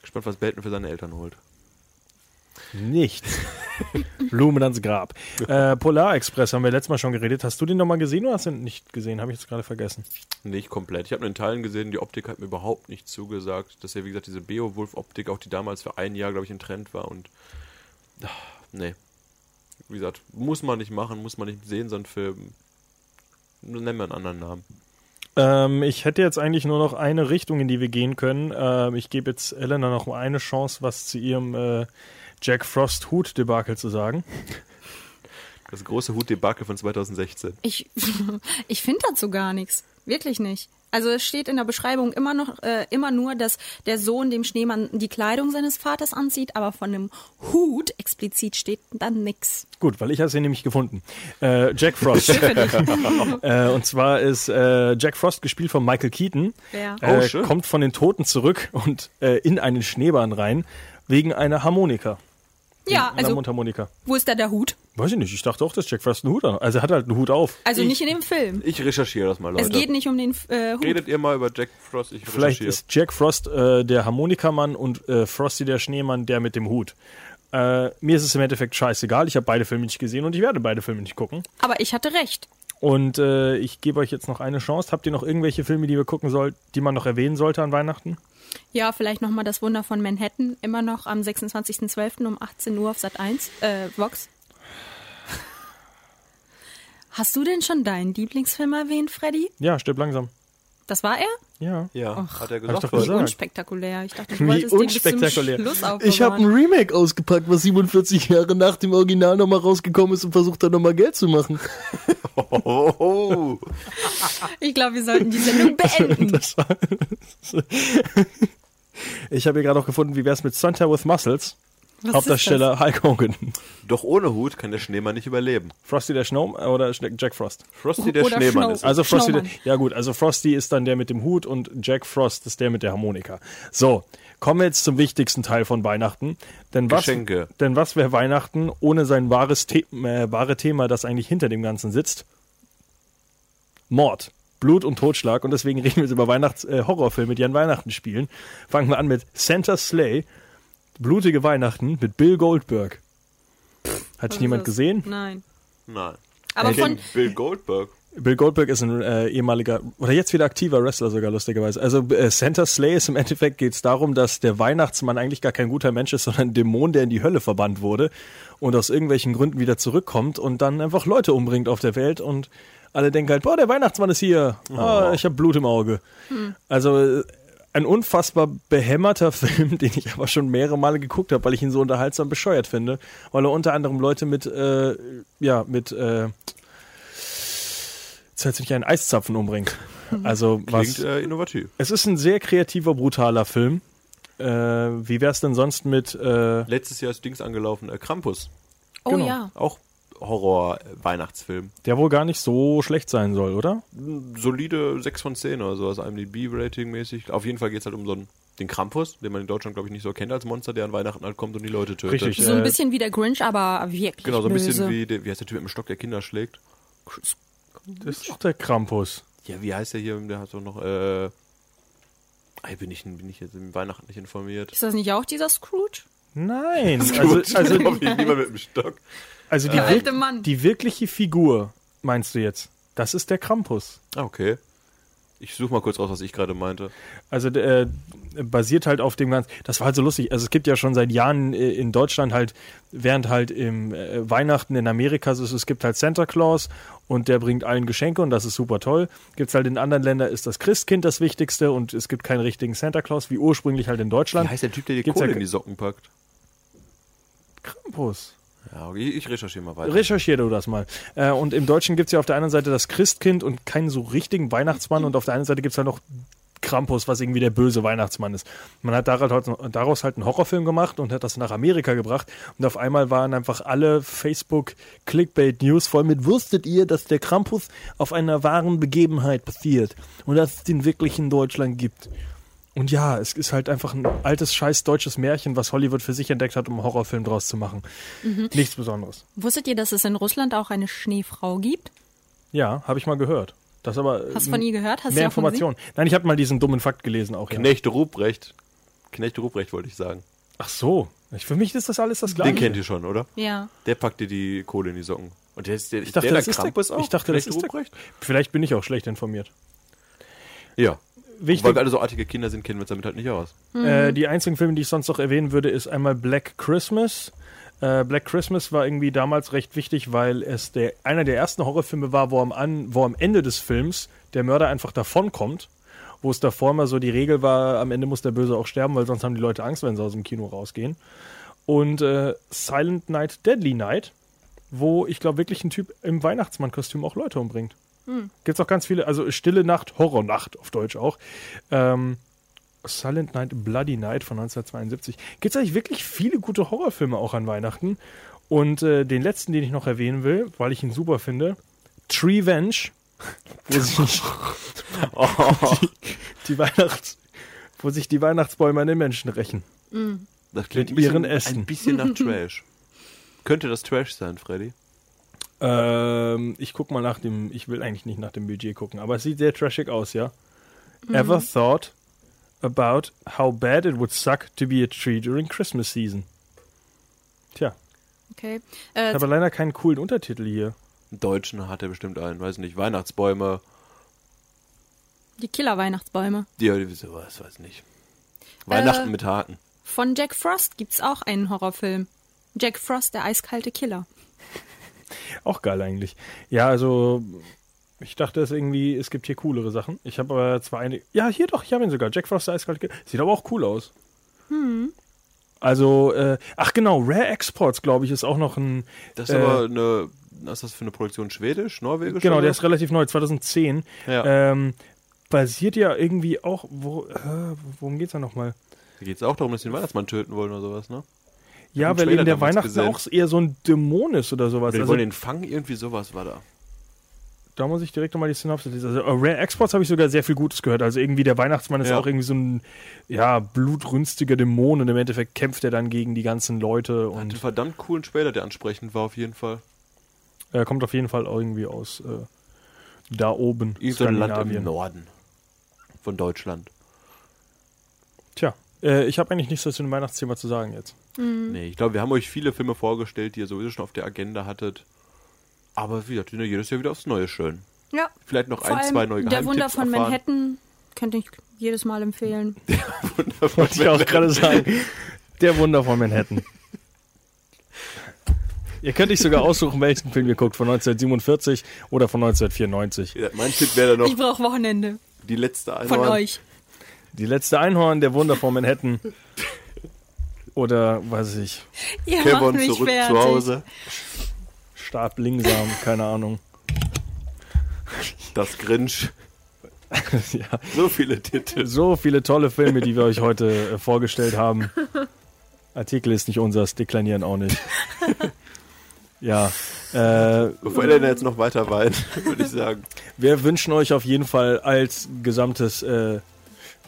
E: Gespannt, was Batman für seine Eltern holt.
D: Nichts. Blumen ans Grab. Äh, Polar Express haben wir letztes Mal schon geredet. Hast du den nochmal gesehen oder hast du ihn nicht gesehen? Habe ich jetzt gerade vergessen.
E: Nicht komplett. Ich habe nur in Teilen gesehen, die Optik hat mir überhaupt nicht zugesagt. Das ist ja, wie gesagt, diese Beowulf-Optik, auch die damals für ein Jahr, glaube ich, im Trend war. Und ah, nee. Wie gesagt, muss man nicht machen, muss man nicht sehen, so einen Film. Nennen wir einen anderen Namen.
D: Ähm, ich hätte jetzt eigentlich nur noch eine Richtung, in die wir gehen können. Ähm, ich gebe jetzt Elena noch mal eine Chance, was zu ihrem äh, Jack Frost Hut-Debakel zu sagen.
E: Das große Hutdebakel von 2016.
F: Ich, ich finde dazu gar nichts. Wirklich nicht. Also es steht in der Beschreibung immer noch äh, immer nur, dass der Sohn dem Schneemann die Kleidung seines Vaters anzieht, aber von einem Hut explizit steht dann nix.
D: Gut, weil ich habe sie nämlich gefunden. Äh, Jack Frost. äh, und zwar ist äh, Jack Frost gespielt von Michael Keaton.
F: Ja.
E: Oh,
D: Äh,
E: schön.
D: kommt von den Toten zurück und äh, in einen Schneebahn rein wegen einer Harmonika.
F: Ja,
D: einer
F: also
D: Mundharmonika.
F: wo ist da der Hut?
D: Weiß ich nicht. Ich dachte auch, dass Jack Frost einen Hut hat. Also er hat halt einen Hut auf.
F: Also nicht in dem Film.
E: Ich recherchiere das mal, Leute.
F: Es geht nicht um den äh, Hut.
E: Redet ihr mal über Jack Frost, ich
D: Vielleicht
E: recherchiere.
D: ist Jack Frost äh, der Harmonikamann und äh, Frosty der Schneemann der mit dem Hut. Äh, mir ist es im Endeffekt scheißegal. Ich habe beide Filme nicht gesehen und ich werde beide Filme nicht gucken.
F: Aber ich hatte recht.
D: Und äh, ich gebe euch jetzt noch eine Chance. Habt ihr noch irgendwelche Filme, die wir gucken sollten, die man noch erwähnen sollte an Weihnachten?
F: Ja, vielleicht nochmal das Wunder von Manhattan, immer noch am 26.12. um 18 Uhr auf Sat 1, äh, Vox. Hast du denn schon deinen Lieblingsfilm erwähnt, Freddy?
D: Ja, stirb langsam.
F: Das war er?
D: Ja.
E: Ja, hat er
D: hab ich
E: gesagt.
D: doch
E: Leute.
D: gesagt. Sag.
F: Unspektakulär. Ich dachte,
D: Wie
F: du wolltest den bis zum
D: unspektakulär.
F: Schluss
G: Ich habe ein
F: aufbewahren.
G: Remake ausgepackt, was 47 Jahre nach dem Original nochmal rausgekommen ist und versucht da nochmal Geld zu machen.
E: Oh, oh, oh.
F: Ich glaube, wir sollten die Sendung beenden.
D: Das war ich habe hier gerade auch gefunden, wie wäre es mit Santa with Muscles?
F: ist
D: Hauptdarsteller Hulk Hogan.
E: Doch ohne Hut kann der Schneemann nicht überleben.
D: Frosty der Snow oder Schne- Jack Frost?
E: Frosty der
F: Oder
E: Schneemann
F: Schnau.
E: ist.
D: Also Frosty, der,
F: Schnaumann.
D: ja gut, also Frosty ist dann der mit dem Hut und Jack Frost ist der mit der Harmonika. So, kommen wir jetzt zum wichtigsten Teil von Weihnachten. Denn was,
E: Geschenke.
D: Denn was wäre Weihnachten ohne sein wahres The äh, wahre Thema, das eigentlich hinter dem Ganzen sitzt? Mord. Blut und Totschlag und deswegen reden wir jetzt über Weihnachts äh, Horrorfilme, die an Weihnachten spielen. Fangen wir an mit Santa Slay, Blutige Weihnachten mit Bill Goldberg. Hat
F: Was
D: ihn jemand
F: ist das? Hm.
D: gesehen?
F: Nein.
E: Nein.
F: Aber
E: Ich kenn
F: von-
E: Bill Goldberg.
D: Bill Goldberg ist ein äh, ehemaliger oder jetzt wieder aktiver Wrestler sogar lustigerweise. Also äh, Santa Slay ist im Endeffekt geht es darum, dass der Weihnachtsmann eigentlich gar kein guter Mensch ist, sondern ein Dämon, der in die Hölle verbannt wurde und aus irgendwelchen Gründen wieder zurückkommt und dann einfach Leute umbringt auf der Welt und alle denken halt, boah, der Weihnachtsmann ist hier. Ah, ich habe Blut im Auge. Also äh, ein unfassbar behämmerter Film, den ich aber schon mehrere Male geguckt habe, weil ich ihn so unterhaltsam bescheuert finde, weil er unter anderem Leute mit äh, ja, mit äh, jetzt hört sich ein Eiszapfen umbringt. Also
E: Klingt
D: was?
E: äh, innovativ.
D: Es ist ein sehr kreativer, brutaler Film. Äh, wie wär's denn sonst mit? Äh,
E: Letztes Jahr ist Dings angelaufen, äh, Krampus.
F: Oh
D: Genau.
F: ja.
E: Auch Horror-Weihnachtsfilm.
D: der wohl gar nicht so schlecht sein soll, oder?
E: Solide 6 von 10 oder sowas, IMDb-Rating mäßig. Auf jeden Fall geht es halt um so einen, den Krampus, den man in Deutschland, glaube ich, nicht so kennt als Monster, der an Weihnachten halt kommt und die Leute tötet.
D: Richtig.
F: So
D: Äh,
F: ein bisschen wie der Grinch, aber wirklich
E: Genau, so ein
F: böse.
E: bisschen wie, der, wie heißt der Typ mit dem Stock, der Kinder schlägt?
D: Das ist doch der Krampus.
E: Ja, wie heißt der hier? Der hat doch noch, äh... Ey, bin ich, bin ich jetzt im Weihnachten nicht informiert?
F: Ist das nicht auch dieser Scrooge?
D: Nein, also, also,
E: Glaub ich lieber mit dem Stock.
D: also die,
F: alte
D: wirk-
F: Mann.
D: die wirkliche Figur, meinst du jetzt? Das ist der Krampus.
E: Ah, okay. Ich suche mal kurz raus, was ich gerade meinte.
D: Also der, äh, basiert halt auf dem ganzen. Das war halt so lustig. Also es gibt ja schon seit Jahren äh, in Deutschland halt, während halt im äh, Weihnachten in Amerika so ist, es gibt halt Santa Claus und der bringt allen Geschenke und das ist super toll. Gibt's halt in anderen Ländern ist das Christkind das Wichtigste und es gibt keinen richtigen Santa Claus, wie ursprünglich halt in
E: Wie
D: Deutschland.
E: heißt der Typ, der die
D: Gibt's
E: Kohle
D: ja-
E: in die Socken packt?
D: Krampus.
E: Ja, okay, ich recherchiere mal weiter.
D: Recherchier du das mal. Äh, und im Deutschen gibt's ja auf der einen Seite das Christkind und keinen so richtigen Weihnachtsmann und auf der anderen Seite gibt's halt noch Krampus, was irgendwie der böse Weihnachtsmann ist. Man hat daraus halt, daraus halt einen Horrorfilm gemacht und hat das nach Amerika gebracht und auf einmal waren einfach alle Facebook-Clickbait-News voll mit Wusstet ihr, dass der Krampus auf einer wahren Begebenheit passiert und dass es den wirklich in Deutschland gibt? Und ja, es ist halt einfach ein altes, scheiß deutsches Märchen, was Hollywood für sich entdeckt hat, um einen Horrorfilm draus zu machen. Nichts Besonderes.
F: Wusstet ihr, dass es in Russland auch eine Schneefrau gibt?
D: Ja, habe ich mal gehört. Das aber. hm,
F: Hast du von ihr gehört? Hast du
D: mehr
F: ja von
D: Informationen. Nein, ich habe mal diesen dummen Fakt gelesen auch. Ja.
E: Knecht Ruprecht. Knecht Ruprecht wollte ich sagen.
D: Ach so. Ich, für mich ist das alles das Gleiche.
E: Den kennt ihr schon, oder?
F: Ja.
E: Der packt dir die Kohle in die Socken. Und der ist der,
D: ich dachte,
E: der,
D: das ist der, ich dachte, das
E: Knecht
D: ist der,
E: Ruprecht?
D: Vielleicht bin ich auch schlecht informiert.
E: Ja. Weil
D: Wichtig,
E: wir alle so artige Kinder sind, kennen wir uns damit halt nicht aus.
D: äh, die einzigen Filme, die ich sonst noch erwähnen würde, ist einmal Black Christmas. Äh, Black Christmas war irgendwie damals recht wichtig, weil es der, einer der ersten Horrorfilme war, wo am, an, wo am Ende des Films der Mörder einfach davonkommt, wo es davor immer so die Regel war, am Ende muss der Böse auch sterben, weil sonst haben die Leute Angst, wenn sie aus dem Kino rausgehen. Und äh, Silent Night, Deadly Night, wo ich glaube wirklich ein Typ im Weihnachtsmannkostüm auch Leute umbringt. Hm. Gibt's auch ganz viele, also Stille Nacht, Horrornacht auf Deutsch auch. Ähm, Silent Night, Bloody Night von 1972. Gibt es eigentlich wirklich viele gute Horrorfilme auch an Weihnachten? Und äh, den letzten, den ich noch erwähnen will, weil ich ihn super finde, Treevenge, wo sich die, die Weihnachts, wo sich die Weihnachtsbäume an den Menschen rächen.
E: Das
D: Mit
E: klingt ein bisschen,
D: ihren Essen.
E: ein bisschen nach Trash. Könnte das Trash sein, Freddy?
D: Ähm, ich guck mal nach dem, ich will eigentlich nicht nach dem Budget gucken, aber es sieht sehr trashig aus, ja. Ever thought about how bad it would suck to be a tree during Christmas season? Tja,
F: Okay.
D: ich
F: Äh,
D: habe leider keinen coolen Untertitel hier.
E: Im Deutschen hat er bestimmt einen, weiß nicht, Weihnachtsbäume,
F: die Killer-Weihnachtsbäume.
E: die sowas, weiß nicht. Weihnachten
D: Äh,
E: mit Haken.
F: Von Jack Frost gibt's auch einen Horrorfilm. Jack Frost, der eiskalte Killer.
D: Auch geil eigentlich. Ja, also ich dachte es irgendwie, es gibt hier coolere Sachen. Ich habe aber zwar eine. Ja, hier doch, ich habe ihn sogar. Jack Frost der Eiskalte Killer. Sieht aber auch cool aus. Hm. Also, äh, ach genau, Rare Exports, glaube ich, ist auch noch ein.
E: Das ist
D: äh,
E: aber eine, was ist das für eine Produktion? Schwedisch, norwegisch?
D: Genau,
E: oder?
D: der ist relativ neu, 2010.
E: Ja.
D: Ähm, basiert ja irgendwie auch. Wo, äh, worum geht's da nochmal?
E: Da geht es auch darum, dass sie den Weihnachtsmann töten wollen oder sowas, ne?
D: Ja,
E: einen
D: weil
E: Trailer
D: eben der
E: damals
D: Weihnachten
E: gesehen.
D: auch eher so ein Dämon ist oder sowas.
E: Die
D: Also,
E: wollen den fangen, irgendwie sowas war da.
D: da muss ich direkt nochmal die Synopsis lesen. Also, äh, Rare Exports habe ich sogar sehr viel Gutes gehört. Also irgendwie der Weihnachtsmann ist
E: Ja.
D: auch irgendwie so ein ja, blutrünstiger Dämon und im Endeffekt kämpft er dann gegen die ganzen Leute
E: Hat einen
D: und
E: verdammt coolen Trailer, der ansprechend war auf jeden Fall.
D: er äh, kommt auf jeden Fall irgendwie aus äh, da oben.
E: Irgendein Land im
D: Skandinavien.
E: Norden von Deutschland.
D: Tja, äh, ich habe eigentlich nichts zu dem Weihnachtsthema zu sagen jetzt.
F: Mhm.
E: Nee, ich glaube, wir haben euch viele Filme vorgestellt, die ihr sowieso schon auf der Agenda hattet. Aber wie gesagt, die sind ja jedes Jahr wieder aufs Neue schön.
F: Ja.
E: Vielleicht noch
F: Vor
E: ein,
F: allem
E: zwei neue
F: Der Wunder von
E: erfahren.
F: Manhattan könnte ich jedes Mal empfehlen.
D: Wollte ich auch gerade sagen. Der Wunder von Manhattan. Ihr könnt euch sogar aussuchen, welchen Film ihr guckt, von 1947 oder von 1994.
E: Ja, mein Tipp wäre dann
F: Ich
E: noch
F: brauche Wochenende
E: die letzte
F: von
E: Einhorn.
F: euch.
D: Die letzte Einhorn, der Wunder von Manhattan. Oder, weiß ich,
F: Ihr macht
E: Kevin
F: mich
E: zurück
F: fertig.
E: zu Hause.
D: Stab langsam, keine Ahnung.
E: Das Grinch.
D: Ja,
E: So viele Titel.
D: so viele tolle Filme, die wir euch heute äh, vorgestellt haben. Artikel ist nicht unseres, deklinieren auch nicht. Ja, äh,
E: Bevor Elena jetzt noch weiter weint, würde ich sagen.
D: Wir wünschen euch auf jeden Fall als gesamtes äh,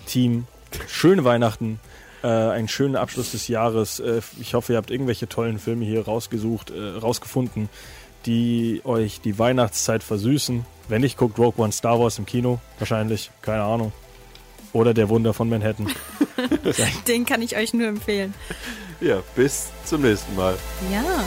D: Team schöne Weihnachten, äh, einen schönen Abschluss des Jahres. Äh, ich hoffe, ihr habt irgendwelche tollen Filme hier rausgesucht, äh, rausgefunden, die euch die Weihnachtszeit versüßen. Wenn nicht, guckt Rogue One Star Wars im Kino, wahrscheinlich, keine Ahnung. Oder der Wunder von Manhattan.
F: Den kann ich euch nur empfehlen.
E: Ja, bis zum nächsten Mal.
F: Ja.